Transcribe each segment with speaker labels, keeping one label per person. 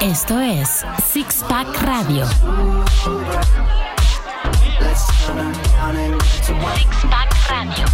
Speaker 1: Esto es Six Pack Radio. Six Pack Radio.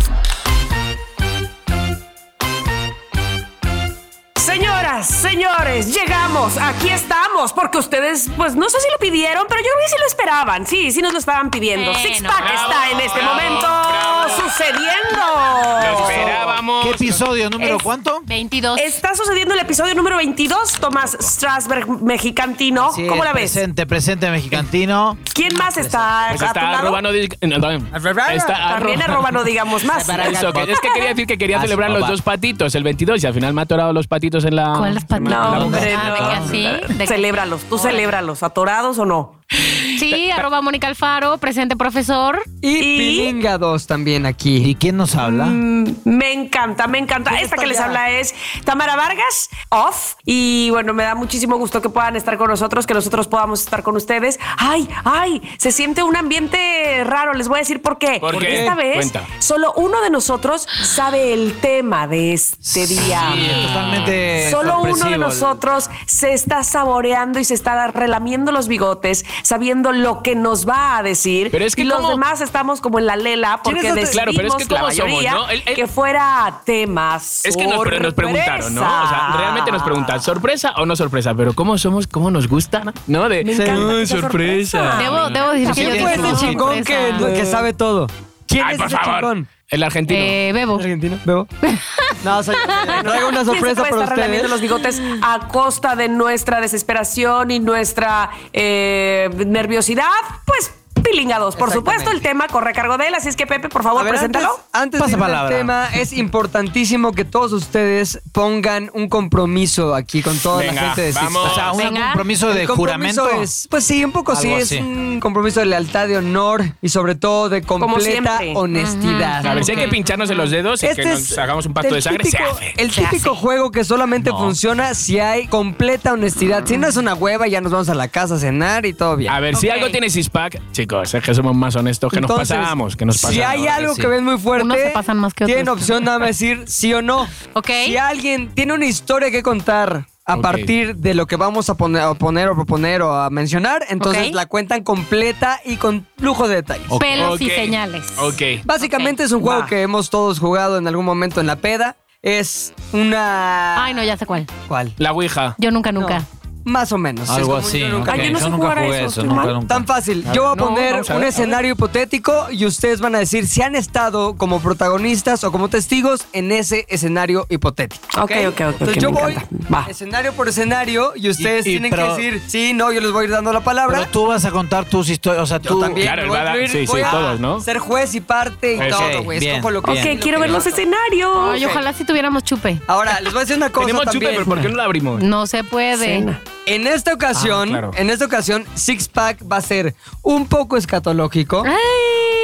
Speaker 2: Señoras, señores, llegamos, aquí estamos, porque ustedes, pues no sé si lo pidieron, pero yo creo que sí lo esperaban, sí, sí nos lo estaban pidiendo.
Speaker 1: Bueno.
Speaker 2: Six Pack
Speaker 3: Bravo,
Speaker 2: está en este
Speaker 3: bravo,
Speaker 2: momento
Speaker 3: bravo. Lo
Speaker 2: sucediendo.
Speaker 3: esperábamos.
Speaker 4: ¿Qué episodio? ¿Número
Speaker 2: Es-
Speaker 4: cuánto?
Speaker 1: 22.
Speaker 2: Está sucediendo el episodio número 22, Tomás Strasberg, mexicantino.
Speaker 4: Sí,
Speaker 2: ¿Cómo la ves?
Speaker 4: Presente, presente mexicantino.
Speaker 2: ¿Quién más está
Speaker 3: Pues
Speaker 2: a tu
Speaker 3: está
Speaker 2: lado?
Speaker 3: arroba no dig- no, perdón. Está
Speaker 2: También
Speaker 3: arroba-
Speaker 2: arroba no digamos más.
Speaker 3: Eso, que- es que quería decir que quería
Speaker 4: Ah, sí,
Speaker 3: celebrar los
Speaker 4: papá.
Speaker 3: dos patitos, el 22, y al final me ha atorado los patitos en la.
Speaker 1: ¿Cuáles patitos?
Speaker 2: No, hombre,
Speaker 1: Ah, de que
Speaker 2: no.
Speaker 1: así, de que-
Speaker 2: Celébralos, tú celébralos, atorados o no.
Speaker 1: Sí, arroba Mónica Alfaro, presente profesor.
Speaker 5: Y,
Speaker 2: Y-
Speaker 5: Pilinga 2 también aquí.
Speaker 4: ¿Y quién nos habla?
Speaker 2: Mm. Me encanta, me encanta.
Speaker 5: ¿Quién
Speaker 2: Esta
Speaker 5: está
Speaker 2: que les
Speaker 5: allá?
Speaker 2: habla es Tamara Vargas, off. Y bueno, me da muchísimo gusto que puedan estar con nosotros, que nosotros podamos estar con ustedes. Ay, ay, se siente un ambiente raro. Les voy a decir por qué.
Speaker 3: ¿Por
Speaker 2: Porque
Speaker 3: qué?
Speaker 2: esta vez
Speaker 3: Cuenta.
Speaker 2: solo uno de nosotros sabe el tema de este día.
Speaker 4: Ah, Sí, es totalmente.
Speaker 2: Solo uno de
Speaker 4: sorpresivo.
Speaker 2: nosotros se está saboreando y se está relamiendo los bigotes, sabiendo lo que nos va a decir.
Speaker 3: Pero es que
Speaker 2: y los
Speaker 3: cómo-
Speaker 2: demás estamos como en la lela porque
Speaker 3: ¿Quién es
Speaker 2: decidimos
Speaker 3: este- Claro, pero es que
Speaker 2: la
Speaker 3: cómo somos,
Speaker 2: mayoría
Speaker 3: ¿no? El- el-
Speaker 2: que fuera temas.
Speaker 3: Es que nos, pre- nos preguntaron, ¿no? O sea, realmente nos preguntan, ¿sorpresa o no sorpresa? Pero ¿cómo somos? ¿Cómo nos gusta? ¿No? De.
Speaker 2: Me encanta
Speaker 3: "Ay,
Speaker 2: esa sorpresa".
Speaker 1: Debo, debo decir
Speaker 3: Pues
Speaker 1: que yo
Speaker 4: ¿Quién
Speaker 5: ¿Quién
Speaker 4: fue
Speaker 5: fue
Speaker 1: tengo
Speaker 4: ese
Speaker 1: una
Speaker 5: ese chingón que,
Speaker 1: sorpresa.
Speaker 5: que sabe todo? ¿Quién
Speaker 3: Ay,
Speaker 5: es
Speaker 3: por
Speaker 5: ese
Speaker 3: favor.
Speaker 5: chingón?
Speaker 3: El argentino.
Speaker 1: Eh, Bebo.
Speaker 5: ¿Argentino? ¿Bebo? No, o sea, traigo una
Speaker 2: ¿Quién se
Speaker 5: sorpresa
Speaker 2: puede
Speaker 5: para
Speaker 2: estar relamiendo
Speaker 5: ustedes.
Speaker 2: los bigotes a costa de nuestra desesperación y nuestra eh, nerviosidad? Pues pilingados. Por supuesto, el tema corre a cargo de él. Así es que, Pepe, por
Speaker 5: A
Speaker 2: favor,
Speaker 5: ver,
Speaker 2: preséntalo.
Speaker 5: Antes, antes
Speaker 4: Pasa
Speaker 5: de irme al
Speaker 4: palabra.
Speaker 5: tema, es importantísimo que todos ustedes pongan un compromiso aquí con toda
Speaker 3: Venga,
Speaker 5: la gente de Six
Speaker 3: vamos.
Speaker 4: O sea, un
Speaker 1: Venga.
Speaker 4: compromiso de
Speaker 5: El compromiso
Speaker 4: juramento.
Speaker 5: es- pues sí, un poco sí,
Speaker 4: Algo
Speaker 5: es
Speaker 4: así.
Speaker 5: un compromiso de lealtad, de honor y sobre todo de completa
Speaker 2: siempre.
Speaker 5: honestidad.
Speaker 3: A ver, si hay que pincharnos en los dedos y que nos hagamos un pacto
Speaker 5: Este el
Speaker 3: de sangre,
Speaker 5: típico-
Speaker 3: se hace.
Speaker 5: El típico juego que solamente funciona si hay completa honestidad. Si no es una hueva, ya nos vamos a la casa a cenar y todo bien.
Speaker 3: A ver, si
Speaker 1: Ok.
Speaker 3: algo tiene Sixpack, chicos, es que somos más honestos, que
Speaker 5: Entonces,
Speaker 3: nos pasamos, que nos pasamos.
Speaker 5: Si hay algo
Speaker 4: sí.
Speaker 5: que ven muy fuerte,
Speaker 1: Unos se pasan más que
Speaker 5: tienen
Speaker 1: otros.
Speaker 5: opción nada más decir sí o no.
Speaker 1: Ok.
Speaker 5: Si alguien tiene una historia que contar a
Speaker 3: Ok.
Speaker 5: partir de lo que vamos a poner, a poner o proponer o a mencionar, entonces
Speaker 1: Ok.
Speaker 5: la cuentan completa y con lujo de detalles.
Speaker 3: Ok.
Speaker 1: Pelos y
Speaker 3: Ok.
Speaker 1: señales.
Speaker 3: Ok.
Speaker 5: Básicamente es un juego
Speaker 2: Va.
Speaker 5: que hemos todos jugado en algún momento en la peda. Es una...
Speaker 1: Ay, no, ya sé cuál.
Speaker 5: ¿Cuál?
Speaker 3: La Ouija.
Speaker 1: Yo nunca, nunca.
Speaker 5: Más o menos. Es
Speaker 4: Algo
Speaker 5: como
Speaker 4: así.
Speaker 5: yo nunca-
Speaker 4: ok.
Speaker 2: Ay, yo no sé
Speaker 4: nunca
Speaker 2: jugar a
Speaker 4: jugué
Speaker 2: eso,
Speaker 4: eso,
Speaker 2: estoy
Speaker 4: nunca,
Speaker 2: mal.
Speaker 4: nunca.
Speaker 5: Tan fácil. Yo voy a
Speaker 3: no,
Speaker 5: poner
Speaker 3: vamos a
Speaker 5: un
Speaker 3: ver, a
Speaker 5: escenario hipotético y ustedes van a decir si han estado como protagonistas o como testigos en ese escenario hipotético.
Speaker 2: Ok, ok, ok, ok,
Speaker 5: Entonces yo
Speaker 2: me
Speaker 5: voy
Speaker 2: encanta. Va.
Speaker 5: escenario por escenario y ustedes
Speaker 4: Y- y
Speaker 5: tienen
Speaker 4: pero-
Speaker 5: que decir sí, no, yo les voy a ir dando la
Speaker 4: Pero
Speaker 5: palabra.
Speaker 4: tú vas a contar tus historias. O sea,
Speaker 5: Yo
Speaker 4: tú.
Speaker 5: también
Speaker 3: Claro,
Speaker 5: me
Speaker 3: él
Speaker 5: voy
Speaker 3: va a
Speaker 5: a
Speaker 3: dar-
Speaker 5: incluir,
Speaker 3: sí, sí,
Speaker 5: voy a
Speaker 3: todos, ¿no?
Speaker 5: Ser juez y parte y
Speaker 3: Ok,
Speaker 5: todo, güey.
Speaker 4: bien,
Speaker 5: Escojo lo que
Speaker 2: Ok,
Speaker 5: quiero.
Speaker 2: quiero ver los escenarios.
Speaker 1: Ay, ojalá si tuviéramos chupe.
Speaker 5: Ahora, les voy a decir una cosa
Speaker 3: Tenemos chupe,
Speaker 5: también.
Speaker 3: pero ¿por qué no la abrimos?
Speaker 1: No se puede.
Speaker 2: Cena.
Speaker 5: En esta ocasión,
Speaker 3: Ah, claro.
Speaker 5: en esta ocasión, Six Pack va a ser un poco escatológico,
Speaker 1: Ah,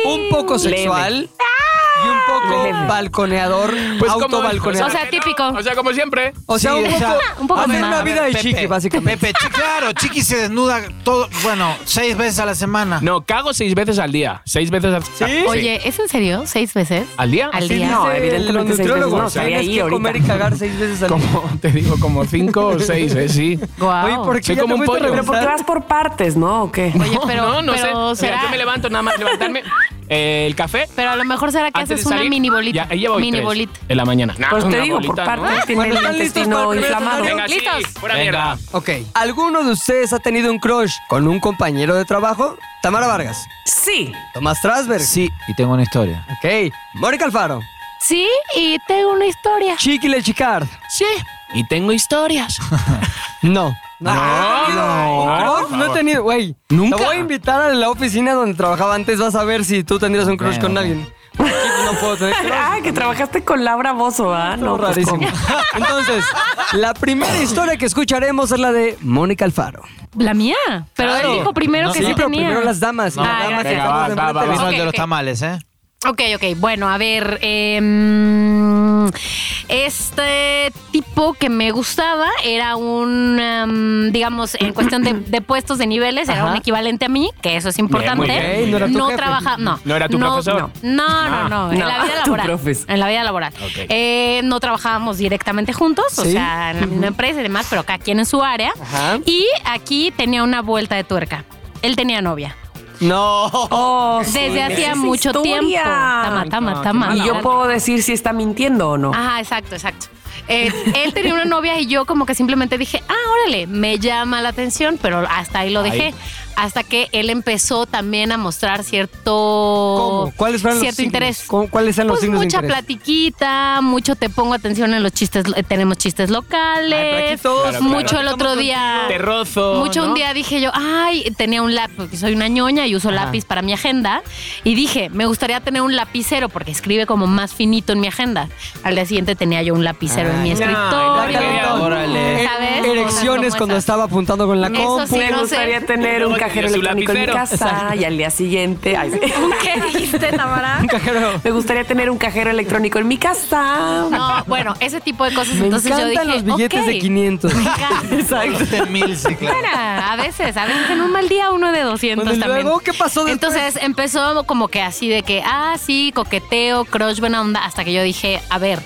Speaker 5: un poco
Speaker 2: Leve.
Speaker 5: sexual y un poco
Speaker 2: Leve.
Speaker 5: balconeador,
Speaker 3: Pues como-
Speaker 5: autobalconeador.
Speaker 1: O sea,
Speaker 3: que
Speaker 1: típico.
Speaker 3: O sea, como siempre.
Speaker 5: O sea,
Speaker 4: sí,
Speaker 5: un
Speaker 4: o sea,
Speaker 5: poco,
Speaker 1: un poco
Speaker 5: hacer
Speaker 1: de
Speaker 5: una
Speaker 1: más.
Speaker 5: vida de chiqui, básicamente.
Speaker 4: Pepe, chi- claro, Chiqui se desnuda todo, bueno, seis veces a la semana.
Speaker 3: No, cago seis veces al día. Seis veces al
Speaker 5: ¿Sí?
Speaker 1: Oye, ¿es en serio? ¿Seis veces?
Speaker 3: ¿Al día?
Speaker 1: Al
Speaker 3: Sí,
Speaker 1: día.
Speaker 2: No,
Speaker 5: Dice
Speaker 2: evidentemente
Speaker 5: los
Speaker 2: seis veces
Speaker 5: nutriólogos,
Speaker 2: no, estaría
Speaker 5: tienes
Speaker 2: ahí
Speaker 5: que
Speaker 2: ahorita.
Speaker 5: comer y cagar seis veces al día.
Speaker 3: Como te digo, como cinco o seis, ¿eh? Sí.
Speaker 1: Guau.
Speaker 5: Oye, ¿por qué
Speaker 3: Soy
Speaker 5: ya
Speaker 3: como
Speaker 5: te
Speaker 3: un
Speaker 5: fuiste a
Speaker 3: pollo.
Speaker 2: Pero porque
Speaker 5: regresar?
Speaker 2: vas por partes, ¿no? ¿O qué?
Speaker 1: Oye, pero,
Speaker 3: no, no sé.
Speaker 1: pero
Speaker 3: Mira,
Speaker 1: será.
Speaker 3: yo me levanto nada más levantarme. eh, el café.
Speaker 1: Pero a lo mejor será que
Speaker 3: antes
Speaker 1: haces
Speaker 3: de
Speaker 1: una
Speaker 3: salir.
Speaker 1: mini bolita.
Speaker 3: Ya, ahí llevo
Speaker 1: mini
Speaker 3: tres
Speaker 1: bolita.
Speaker 3: En la mañana. Nah,
Speaker 2: Pues te
Speaker 3: una
Speaker 2: digo,
Speaker 3: bolita,
Speaker 2: por partes
Speaker 3: ¿no?
Speaker 2: tiene
Speaker 5: Bueno,
Speaker 2: el
Speaker 5: ¿están listos para el
Speaker 2: intestino
Speaker 5: primer
Speaker 2: inflamado.
Speaker 5: escenario?
Speaker 3: Venga, sí,
Speaker 1: Listos.
Speaker 3: fuera
Speaker 4: Venga.
Speaker 3: mierda.
Speaker 5: Ok. ¿Alguno de ustedes ha tenido un crush con un compañero de trabajo? Tamara Vargas.
Speaker 2: Sí.
Speaker 5: Tomás Trasberg.
Speaker 4: Sí, y tengo una historia.
Speaker 5: Ok. Mónica Alfaro.
Speaker 1: Sí, y tengo una historia.
Speaker 5: Chiqui Lechicard.
Speaker 3: Sí. Y tengo historias.
Speaker 5: No. No,
Speaker 3: no.
Speaker 5: no, no he tenido, güey.
Speaker 3: Nunca.
Speaker 5: Te voy a invitar a la oficina donde trabajaba antes. Vas a ver si tú tendrías un crush
Speaker 4: Bueno,
Speaker 5: con
Speaker 4: bueno.
Speaker 5: alguien. No puedo tener crush.
Speaker 2: Ah, que trabajaste con Laura Bozo, ¿ah? No,
Speaker 5: No,
Speaker 2: pues,
Speaker 5: rarísimo.
Speaker 2: ¿cómo?
Speaker 5: Entonces, la primera historia que escucharemos es la de Mónica Alfaro.
Speaker 1: La mía. Pero él dijo primero
Speaker 4: No,
Speaker 1: que
Speaker 4: sí,
Speaker 1: sí
Speaker 5: pero
Speaker 1: tenía.
Speaker 5: primero las damas.
Speaker 1: No.
Speaker 5: las
Speaker 1: Ah,
Speaker 5: damas
Speaker 1: gracias.
Speaker 5: que estamos
Speaker 3: Venga, va,
Speaker 5: enfrente
Speaker 3: va,
Speaker 5: de
Speaker 3: va,
Speaker 4: Vino
Speaker 1: Ok,
Speaker 4: el de los
Speaker 1: ok.
Speaker 4: tamales, ¿eh?
Speaker 1: Ok, ok. Bueno, a ver. em, este tipo que me gustaba era un, em, digamos, en cuestión de, de puestos, de niveles, era
Speaker 5: Ajá.
Speaker 1: un equivalente a mí, que eso es importante.
Speaker 3: bien,
Speaker 5: no era tu jefe.
Speaker 1: trabaja, no.
Speaker 3: ¿No era tu profesor?
Speaker 1: No, no, no. en
Speaker 2: No,
Speaker 1: la vida
Speaker 2: tu
Speaker 1: laboral.
Speaker 2: profes.
Speaker 1: En la vida laboral.
Speaker 3: Ok.
Speaker 1: Eh, no trabajábamos directamente juntos, o
Speaker 5: Sí.
Speaker 1: sea, en la misma empresa y demás, pero cada quien en su área.
Speaker 5: Ajá.
Speaker 1: Y aquí tenía una vuelta de tuerca. Él tenía novia.
Speaker 5: No.
Speaker 1: Desde
Speaker 2: Oh, esa
Speaker 1: hacía
Speaker 2: es
Speaker 1: mucho
Speaker 2: historia.
Speaker 1: tiempo. Tama,
Speaker 3: no,
Speaker 1: tama,
Speaker 3: qué
Speaker 1: tama.
Speaker 2: Y yo
Speaker 1: Tama.
Speaker 2: puedo decir si está mintiendo o no.
Speaker 1: Ajá, exacto, exacto. Eh, él tenía una novia y yo como que simplemente dije, ah, órale, me llama la atención, pero hasta ahí lo dejé.
Speaker 3: Ahí.
Speaker 1: Hasta que él empezó también a mostrar cierto...
Speaker 5: ¿Cómo? ¿Cuáles fueron los
Speaker 1: Oh, Cierto
Speaker 5: signos?
Speaker 1: interés.
Speaker 5: ¿Cómo- ¿Cuáles eran los
Speaker 1: Pues
Speaker 5: signos de
Speaker 1: mucha
Speaker 5: interés?
Speaker 1: platiquita, mucho te pongo atención en los chistes, eh, tenemos chistes locales,
Speaker 5: Ay, pero aquí todos
Speaker 3: Claro,
Speaker 1: mucho
Speaker 3: claro.
Speaker 1: el otro día,
Speaker 3: Te rozo.
Speaker 1: Ah. mucho
Speaker 3: ¿no?
Speaker 1: un día dije yo, ay, tenía un lápiz, porque soy una ñoña y uso lápiz para mi agenda, y dije, me gustaría tener un lapicero porque escribe como más finito en mi agenda. Al día siguiente tenía yo un lapicero en mi
Speaker 3: Ay, no,
Speaker 1: escritorio.
Speaker 3: no, no, órale.
Speaker 1: ¿sabes? Cosas
Speaker 5: Erecciones
Speaker 1: como
Speaker 5: cuando
Speaker 1: esas.
Speaker 5: estaba apuntando con la
Speaker 1: Eso
Speaker 5: compu.
Speaker 1: sí.
Speaker 2: Me
Speaker 1: no sé.
Speaker 2: gustaría tener
Speaker 3: Yo
Speaker 2: un
Speaker 3: no,
Speaker 2: cajero
Speaker 3: yo su
Speaker 2: electrónico en mi
Speaker 3: lapicero.
Speaker 2: casa y al día siguiente. ay, sí.
Speaker 1: ¿Qué dijiste, Tamara?
Speaker 5: Cajero.
Speaker 2: Me gustaría tener un cajero electrónico en mi casa.
Speaker 1: No, eh. bueno, ese tipo de cosas.
Speaker 5: Me
Speaker 1: Entonces yo
Speaker 5: encantan
Speaker 1: dije,
Speaker 5: los billetes
Speaker 1: ok,
Speaker 5: de 500.
Speaker 1: me encanta.
Speaker 2: Exacto.
Speaker 4: Este mil, sí, claro.
Speaker 1: Mira, a veces, a veces en un mal día uno de 200
Speaker 5: Bueno, ¿y
Speaker 1: también.
Speaker 5: Pues, luego qué pasó después?
Speaker 1: Entonces empezó como que así de que, ah, sí, coqueteo, crush, buena onda, hasta que yo dije, a ver,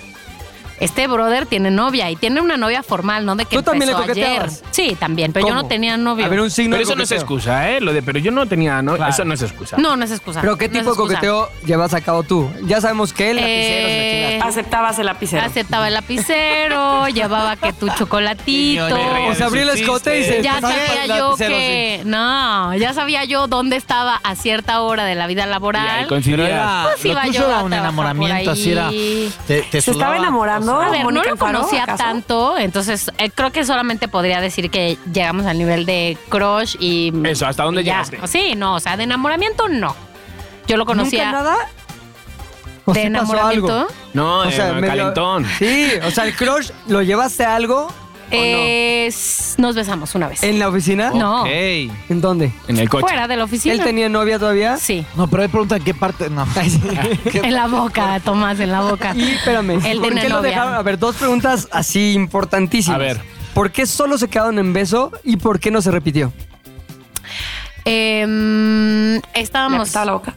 Speaker 1: este brother tiene novia y tiene una novia formal, ¿no? De que
Speaker 5: ¿Tú también
Speaker 1: empezó
Speaker 5: le
Speaker 1: ayer.
Speaker 5: coqueteabas?
Speaker 1: Sí, también, pero yo
Speaker 5: ¿Cómo?
Speaker 1: no tenía novio.
Speaker 5: A ver, un signo
Speaker 3: Pero
Speaker 5: de
Speaker 3: eso no es
Speaker 5: coqueteo.
Speaker 3: excusa, ¿eh? Lo de, pero yo no tenía, ¿no?
Speaker 5: Claro.
Speaker 3: Eso no es excusa.
Speaker 1: No, no es excusa.
Speaker 5: ¿Pero qué
Speaker 1: no es
Speaker 5: tipo de
Speaker 1: excusa.
Speaker 5: coqueteo llevas a cabo tú? Ya sabemos que el lapicero se la
Speaker 1: Eh,
Speaker 5: chingada.
Speaker 2: Aceptabas el lapicero.
Speaker 1: Aceptaba el lapicero, llevaba que tu chocolatito.
Speaker 3: Me reía
Speaker 5: O sea,
Speaker 3: de
Speaker 5: abrí el
Speaker 3: su
Speaker 5: escote y
Speaker 3: chiste.
Speaker 5: se-
Speaker 1: ya
Speaker 5: Estaba
Speaker 1: sabía
Speaker 5: el
Speaker 1: yo
Speaker 5: lapicero,
Speaker 1: que no, ya sabía yo dónde estaba a cierta hora de la vida
Speaker 3: Y ahí
Speaker 1: laboral.
Speaker 4: Pero
Speaker 3: coincidía.
Speaker 4: era,
Speaker 1: Pues
Speaker 4: lo
Speaker 1: iba
Speaker 4: tuyo
Speaker 1: yo a
Speaker 4: era un
Speaker 1: trabajar por
Speaker 4: enamoramiento así era.
Speaker 1: ahí.
Speaker 4: te- te
Speaker 2: ¿Se estaba
Speaker 4: sudaba,
Speaker 2: enamorando?
Speaker 4: o
Speaker 1: a
Speaker 4: sea,
Speaker 1: ver, no
Speaker 2: Mónica
Speaker 1: lo
Speaker 2: Alfaro,
Speaker 1: conocía
Speaker 2: acaso?
Speaker 1: tanto, entonces eh, creo que solamente podría decir que llegamos al nivel de crush y
Speaker 3: Eso, ¿hasta dónde
Speaker 1: y ya.
Speaker 3: llegaste?
Speaker 1: Sí, no, o sea, de enamoramiento no. Yo lo conocía
Speaker 5: ¿Nunca nada? ¿O
Speaker 1: de
Speaker 5: sí pasó
Speaker 1: enamoramiento.
Speaker 5: algo?
Speaker 3: No,
Speaker 5: O sea,
Speaker 3: eh,
Speaker 5: medio-
Speaker 3: calentón.
Speaker 5: Sí, o sea, el crush, ¿lo llevaste a algo
Speaker 1: Eh, s- nos besamos una vez.
Speaker 5: en la oficina?
Speaker 1: No.
Speaker 4: ok.
Speaker 5: ¿En dónde?
Speaker 3: En el coche.
Speaker 1: Fuera de la oficina.
Speaker 5: ¿Él tenía novia todavía?
Speaker 1: Sí.
Speaker 4: No, pero me preguntan qué parte. No. ¿Qué-
Speaker 1: En la boca, Tomás, en la boca.
Speaker 5: Y espérame,
Speaker 1: Él
Speaker 5: ¿por
Speaker 1: tenía
Speaker 5: qué lo
Speaker 1: novia.
Speaker 5: dejaron? A ver, dos preguntas así importantísimas.
Speaker 3: A ver.
Speaker 5: ¿Por qué solo se quedaron en beso y por qué no se repitió?
Speaker 1: Em,
Speaker 2: ¿Le
Speaker 1: estábamos.
Speaker 2: apestaba la boca?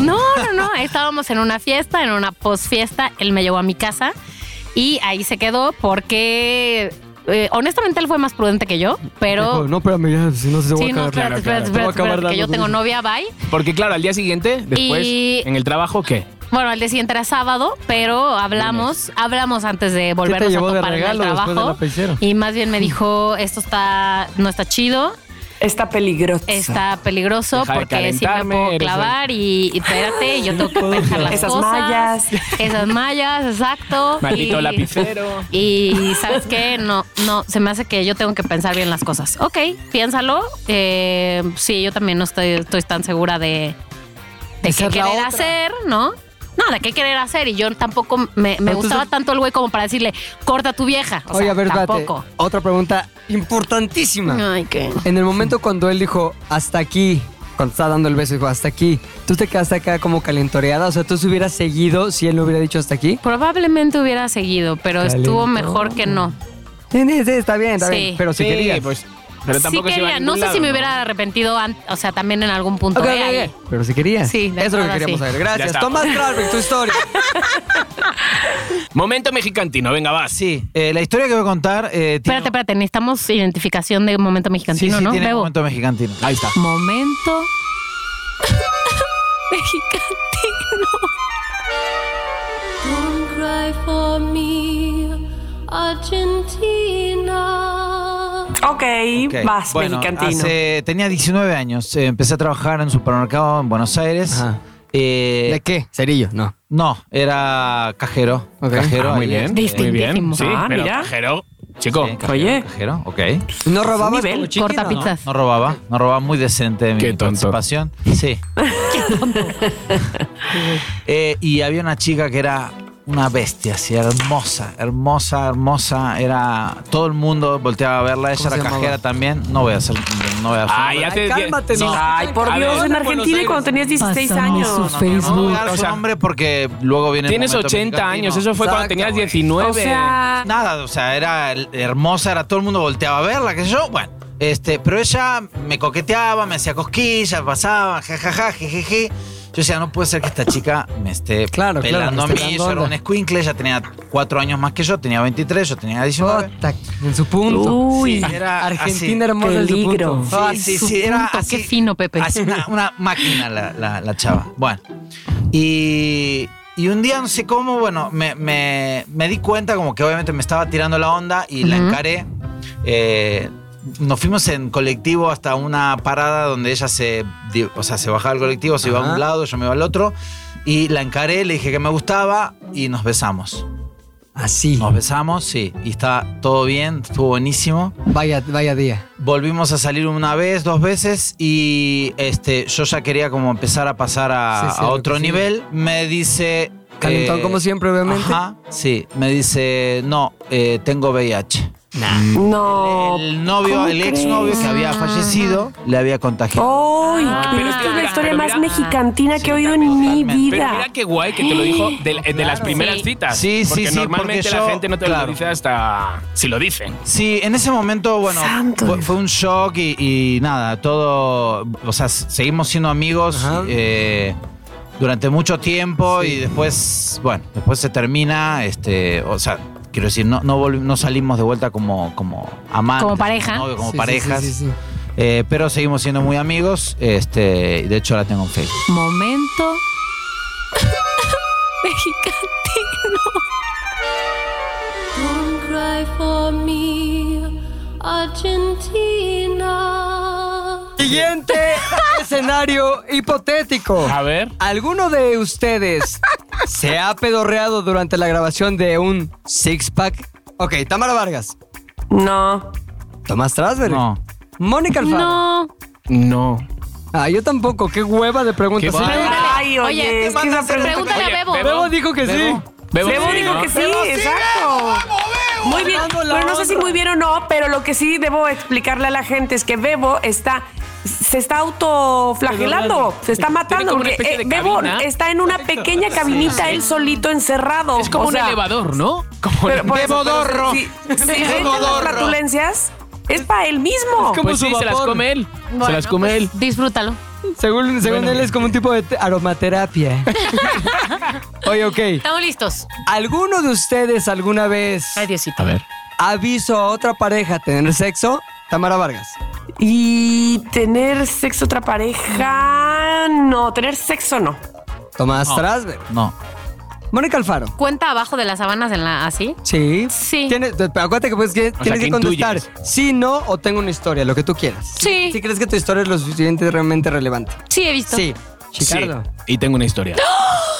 Speaker 1: No, no, no. Estábamos en una fiesta, en una posfiesta. Él me llevó a mi casa y ahí se quedó porque. eh, honestamente, él fue más prudente que yo, pero.
Speaker 5: Dijo, no, espérame, ya, si no se va
Speaker 1: sí,
Speaker 5: a
Speaker 1: no,
Speaker 5: cagar.
Speaker 1: espérate, espérate,
Speaker 5: Se va a
Speaker 1: espérate,
Speaker 5: acabar
Speaker 1: espérate, que yo
Speaker 5: dando
Speaker 1: tengo
Speaker 5: duro.
Speaker 1: novia, bye.
Speaker 3: Porque claro, al día siguiente, después,
Speaker 1: Y-
Speaker 3: en el trabajo, ¿qué?
Speaker 1: Bueno, al día siguiente era sábado, pero hablamos, hablamos antes de volvernos
Speaker 5: llevó
Speaker 1: a
Speaker 5: de
Speaker 1: topar en el
Speaker 5: regalo después
Speaker 1: trabajo.
Speaker 5: del lapicero?
Speaker 1: y más bien me dijo, esto está, no está chido,
Speaker 2: Está peligrosa.
Speaker 1: está peligroso
Speaker 3: Deja de
Speaker 1: porque si me
Speaker 3: calentarme,
Speaker 1: puedo
Speaker 3: eres
Speaker 1: clavar y, y espérate, yo tengo que pensar las
Speaker 2: Esas
Speaker 1: cosas.
Speaker 2: mallas.
Speaker 1: Esas mallas, exacto.
Speaker 3: Maldito
Speaker 1: y,
Speaker 3: lapicero.
Speaker 1: Y sabes qué, no, no, se me hace que yo tengo que pensar bien las cosas. Ok, piénsalo. Eh, sí, yo también no estoy, estoy tan segura de, de
Speaker 5: De
Speaker 1: qué
Speaker 5: ser la
Speaker 1: querer
Speaker 5: otra.
Speaker 1: hacer, ¿no? No, de qué querer hacer. Y yo tampoco me, me
Speaker 5: Entonces-
Speaker 1: gustaba tanto el güey como para decirle, corta a tu vieja. O
Speaker 5: Oye,
Speaker 1: sea,
Speaker 5: a ver, espérate,
Speaker 1: tampoco.
Speaker 5: Otra pregunta importantísima.
Speaker 1: Ay, qué.
Speaker 5: En el momento cuando él dijo, hasta aquí, cuando estaba dando el beso, dijo, hasta aquí, ¿tú te quedaste acá como calentoreada? O sea, ¿tú se hubieras seguido si él no hubiera dicho hasta aquí?
Speaker 1: Probablemente hubiera seguido, pero estuvo
Speaker 5: Calentón.
Speaker 1: mejor que no.
Speaker 5: Sí, sí, sí, está bien, está
Speaker 1: Sí.
Speaker 5: bien. Pero si querías.
Speaker 3: pues. Pero
Speaker 1: sí
Speaker 3: tampoco se iba a
Speaker 1: quería, no
Speaker 3: ningún
Speaker 1: sé
Speaker 3: lado,
Speaker 1: si me hubiera arrepentido, an- o sea, también en algún punto.
Speaker 5: Ok,
Speaker 1: ¿eh?
Speaker 5: ok, ok.
Speaker 1: Ahí.
Speaker 5: Pero si querías.
Speaker 1: Sí, de
Speaker 5: Eso es lo que
Speaker 1: entrada,
Speaker 5: queríamos
Speaker 1: sí.
Speaker 5: saber.
Speaker 3: Ya
Speaker 5: Gracias.
Speaker 3: está.
Speaker 5: Tomás Tralberg, tu historia.
Speaker 3: Momento mexicantino, venga, vas.
Speaker 4: Sí, eh, la historia que voy a contar. eh, tiene-
Speaker 1: Espérate, espérate, necesitamos identificación de momento
Speaker 4: Sí,
Speaker 1: mexicantino,
Speaker 4: sí,
Speaker 1: ¿no?
Speaker 4: tiene
Speaker 1: Bebo.
Speaker 4: un momento mexicantino.
Speaker 3: Ahí está.
Speaker 1: Momento mexicantino.
Speaker 6: Don't cry for me, Argentina.
Speaker 2: Ok,
Speaker 4: Ok.
Speaker 2: vas,
Speaker 4: Bueno,
Speaker 2: mexicantino.
Speaker 4: hace- tenía 19 años. eh, empecé a trabajar en un supermercado en Buenos Aires.
Speaker 5: Ajá.
Speaker 4: Eh,
Speaker 5: ¿De qué? Cerillo, no.
Speaker 4: No, era cajero.
Speaker 5: Ok.
Speaker 4: Cajero.
Speaker 3: Ah, muy
Speaker 4: ahí
Speaker 3: bien.
Speaker 4: es.
Speaker 3: Muy bien.
Speaker 1: Distintísimo.
Speaker 3: Sí,
Speaker 2: Ah,
Speaker 3: pero
Speaker 2: mira.
Speaker 3: cajero, chico.
Speaker 4: Sí, cajero,
Speaker 2: Oye.
Speaker 4: Cajero, ok.
Speaker 5: ¿No robabas
Speaker 2: nivel.
Speaker 5: como chiqui,
Speaker 1: Corta
Speaker 5: no?
Speaker 1: pizzas.
Speaker 4: No robaba, no robaba muy decente de mi
Speaker 3: Qué tonto.
Speaker 4: participación. Sí. Eh, y había una chica que era una bestia así, hermosa, hermosa, hermosa. Era todo el mundo volteaba a verla. Ella
Speaker 5: ¿Cómo
Speaker 4: era
Speaker 5: se llamaba?
Speaker 4: cálmate también. No voy a hacer. No voy a hacer.
Speaker 3: Ay, ya te.
Speaker 5: cálmate,
Speaker 3: no.
Speaker 5: no.
Speaker 2: Ay, por
Speaker 3: A
Speaker 2: Dios,
Speaker 3: ver,
Speaker 2: en
Speaker 3: Buenos
Speaker 2: Argentina
Speaker 3: Aires.
Speaker 2: cuando tenías 16
Speaker 1: Pásame
Speaker 2: años.
Speaker 1: sus
Speaker 4: No, no voy a dar
Speaker 3: o
Speaker 4: su
Speaker 3: sea,
Speaker 4: nombre porque luego viene. el
Speaker 3: Tienes
Speaker 4: momento
Speaker 3: 80
Speaker 4: mexicano.
Speaker 3: años, eso fue cuando
Speaker 5: Exacto,
Speaker 3: tenías
Speaker 5: güey.
Speaker 3: 19.
Speaker 2: O sea,
Speaker 4: Nada, o sea, era el- hermosa, era todo el mundo volteaba a verla, qué sé yo. Bueno, este, pero ella me coqueteaba, me hacía cosquillas, pasaba, jajaja, jejeje. Yo decía, no puede ser que esta chica me esté
Speaker 5: Claro, claro,
Speaker 4: pelando
Speaker 5: me esté
Speaker 4: a mí.
Speaker 5: dando
Speaker 4: Yo era
Speaker 5: onda.
Speaker 4: un escuincle, ella tenía cuatro años más que yo, tenía 23, yo tenía 19.
Speaker 5: Ota, en su punto.
Speaker 1: Uh.
Speaker 2: uy.
Speaker 4: Sí, era
Speaker 5: Argentina
Speaker 4: así.
Speaker 5: hermosa en su
Speaker 2: Peligro.
Speaker 5: punto.
Speaker 4: Ah,
Speaker 1: Sí,
Speaker 4: sí,
Speaker 1: su
Speaker 4: sí, era
Speaker 1: punto,
Speaker 4: así.
Speaker 1: qué fino, Pepe.
Speaker 4: Así, una, una máquina la, la- la chava. Bueno, y, y un día, no sé cómo, bueno, me, me- me di cuenta como que obviamente me estaba tirando la onda y la
Speaker 1: Ujú.
Speaker 4: encaré. Eh, nos fuimos en colectivo hasta una parada donde ella se, di- o sea, se bajaba del colectivo, se iba a
Speaker 5: Ajá.
Speaker 4: un lado, yo me iba al otro. Y la encaré, le dije que me gustaba y nos besamos.
Speaker 5: Así.
Speaker 4: Nos besamos, sí. Y está todo bien, estuvo buenísimo.
Speaker 5: Vaya, vaya día.
Speaker 4: Volvimos a salir una vez, dos veces y este, yo ya quería como empezar a pasar a,
Speaker 5: Sí, sí,
Speaker 4: a
Speaker 5: lo
Speaker 4: otro
Speaker 5: que sí.
Speaker 4: nivel. Me dice... eh,
Speaker 5: Calentón como siempre, obviamente.
Speaker 4: Ajá, sí. Me dice, no, eh, tengo VIH.
Speaker 2: No.
Speaker 5: Oh,
Speaker 4: el novio,
Speaker 2: ¿cómo
Speaker 4: el
Speaker 2: crees?
Speaker 4: exnovio que había fallecido, le había contagiado.
Speaker 2: Ay,
Speaker 1: Ah,
Speaker 2: pero
Speaker 1: pero
Speaker 2: esta es la
Speaker 1: mira,
Speaker 2: historia
Speaker 3: pero
Speaker 2: más
Speaker 3: mira.
Speaker 2: mexicantina que he oído en mi
Speaker 4: Totalmente.
Speaker 3: Pero
Speaker 2: vida.
Speaker 3: mira qué guay que te lo dijo de, de las primeras
Speaker 1: Sí.
Speaker 3: citas.
Speaker 4: Sí, sí,
Speaker 3: porque
Speaker 4: sí,
Speaker 3: Normalmente
Speaker 4: porque
Speaker 3: la
Speaker 4: yo-
Speaker 3: gente no te
Speaker 4: claro.
Speaker 3: lo dice hasta si lo dicen.
Speaker 4: Sí, en ese momento, bueno,
Speaker 2: Santo
Speaker 4: fue,
Speaker 2: Dios.
Speaker 4: fue un shock y, y nada, todo, o sea, s- seguimos siendo amigos
Speaker 5: Ajá.
Speaker 4: eh, durante mucho tiempo
Speaker 5: Sí.
Speaker 4: y después, bueno, después se termina, este, o sea, quiero decir, no, no, volvi- no salimos de vuelta como, como amantes.
Speaker 1: Como pareja.
Speaker 4: Como, novio, como
Speaker 5: Sí, sí,
Speaker 4: parejas,
Speaker 5: sí, sí, sí.
Speaker 4: eh, pero seguimos siendo muy amigos, este, y de hecho la tengo en Facebook.
Speaker 1: Momento mexicano.
Speaker 6: Don't cry for me, Argentina.
Speaker 5: Siguiente escenario hipotético.
Speaker 3: A ver.
Speaker 5: ¿Alguno de ustedes se ha pedorreado durante la grabación de un six-pack? Ok, Tamara Vargas.
Speaker 2: No.
Speaker 5: Tomás Trasberg.
Speaker 4: No.
Speaker 5: Mónica Alfaro.
Speaker 1: No.
Speaker 3: No.
Speaker 5: Ah, yo tampoco. Qué hueva de preguntas.
Speaker 3: Qué
Speaker 5: Sí,
Speaker 1: Pregúntale.
Speaker 2: Ay, oye,
Speaker 1: Oye,
Speaker 2: es que esa pregunta-
Speaker 1: Pregúntale a
Speaker 3: Oye,
Speaker 1: Bebo.
Speaker 3: Bebo.
Speaker 5: Bebo dijo que sí.
Speaker 3: Bebo,
Speaker 2: Bebo
Speaker 3: sí,
Speaker 2: dijo
Speaker 3: ¿no?
Speaker 2: que sí, exacto. Muy bien.
Speaker 5: Dando la
Speaker 2: Bueno, no sé si
Speaker 5: honra.
Speaker 2: muy bien o no, pero lo que sí debo explicarle a la gente es que Bebo está. Se está autoflagelando, se está matando.
Speaker 3: como
Speaker 2: Porque
Speaker 3: una especie
Speaker 2: eh,
Speaker 3: de
Speaker 2: Bebo
Speaker 3: cabina.
Speaker 2: está en una pequeña cabinita, él solito encerrado.
Speaker 3: Es como
Speaker 2: O
Speaker 3: un
Speaker 2: sea,
Speaker 3: elevador, ¿no? Como
Speaker 2: Pero, por eso, pero
Speaker 4: Bebodorro.
Speaker 2: Si, si
Speaker 4: Bebo
Speaker 2: ven las
Speaker 4: Dorro.
Speaker 2: flatulencias, es para él mismo.
Speaker 5: como
Speaker 3: pues
Speaker 5: su
Speaker 3: sí, se las
Speaker 5: vapor.
Speaker 3: come él. se
Speaker 1: Bueno,
Speaker 3: las come
Speaker 1: pues,
Speaker 3: él.
Speaker 1: Disfrútalo.
Speaker 5: Según, según él es como un tipo de te- aromaterapia. Oye, ok.
Speaker 1: Estamos listos.
Speaker 5: ¿Alguno de ustedes alguna vez
Speaker 1: Ay, Diosito.
Speaker 3: A ver.
Speaker 5: ha visto a otra pareja tener sexo? Tamara Vargas.
Speaker 2: Y tener sexo otra pareja. No, tener sexo no.
Speaker 5: Tomás
Speaker 4: No.
Speaker 5: Strasberg.
Speaker 4: No.
Speaker 5: Mónica Alfaro.
Speaker 1: Cuenta abajo de las sábanas en la así.
Speaker 5: Sí.
Speaker 1: Sí.
Speaker 5: Tienes- pero acuérdate que, pues, que
Speaker 3: sea,
Speaker 5: tienes que
Speaker 3: que
Speaker 5: contestar
Speaker 3: intuyes.
Speaker 5: sí, no o tengo una historia, lo que tú quieras.
Speaker 1: Sí.
Speaker 5: Si crees que tu historia es lo suficiente realmente relevante.
Speaker 1: Sí, he visto.
Speaker 5: Sí.
Speaker 3: Sí.
Speaker 5: Chicardo.
Speaker 3: Y tengo una historia.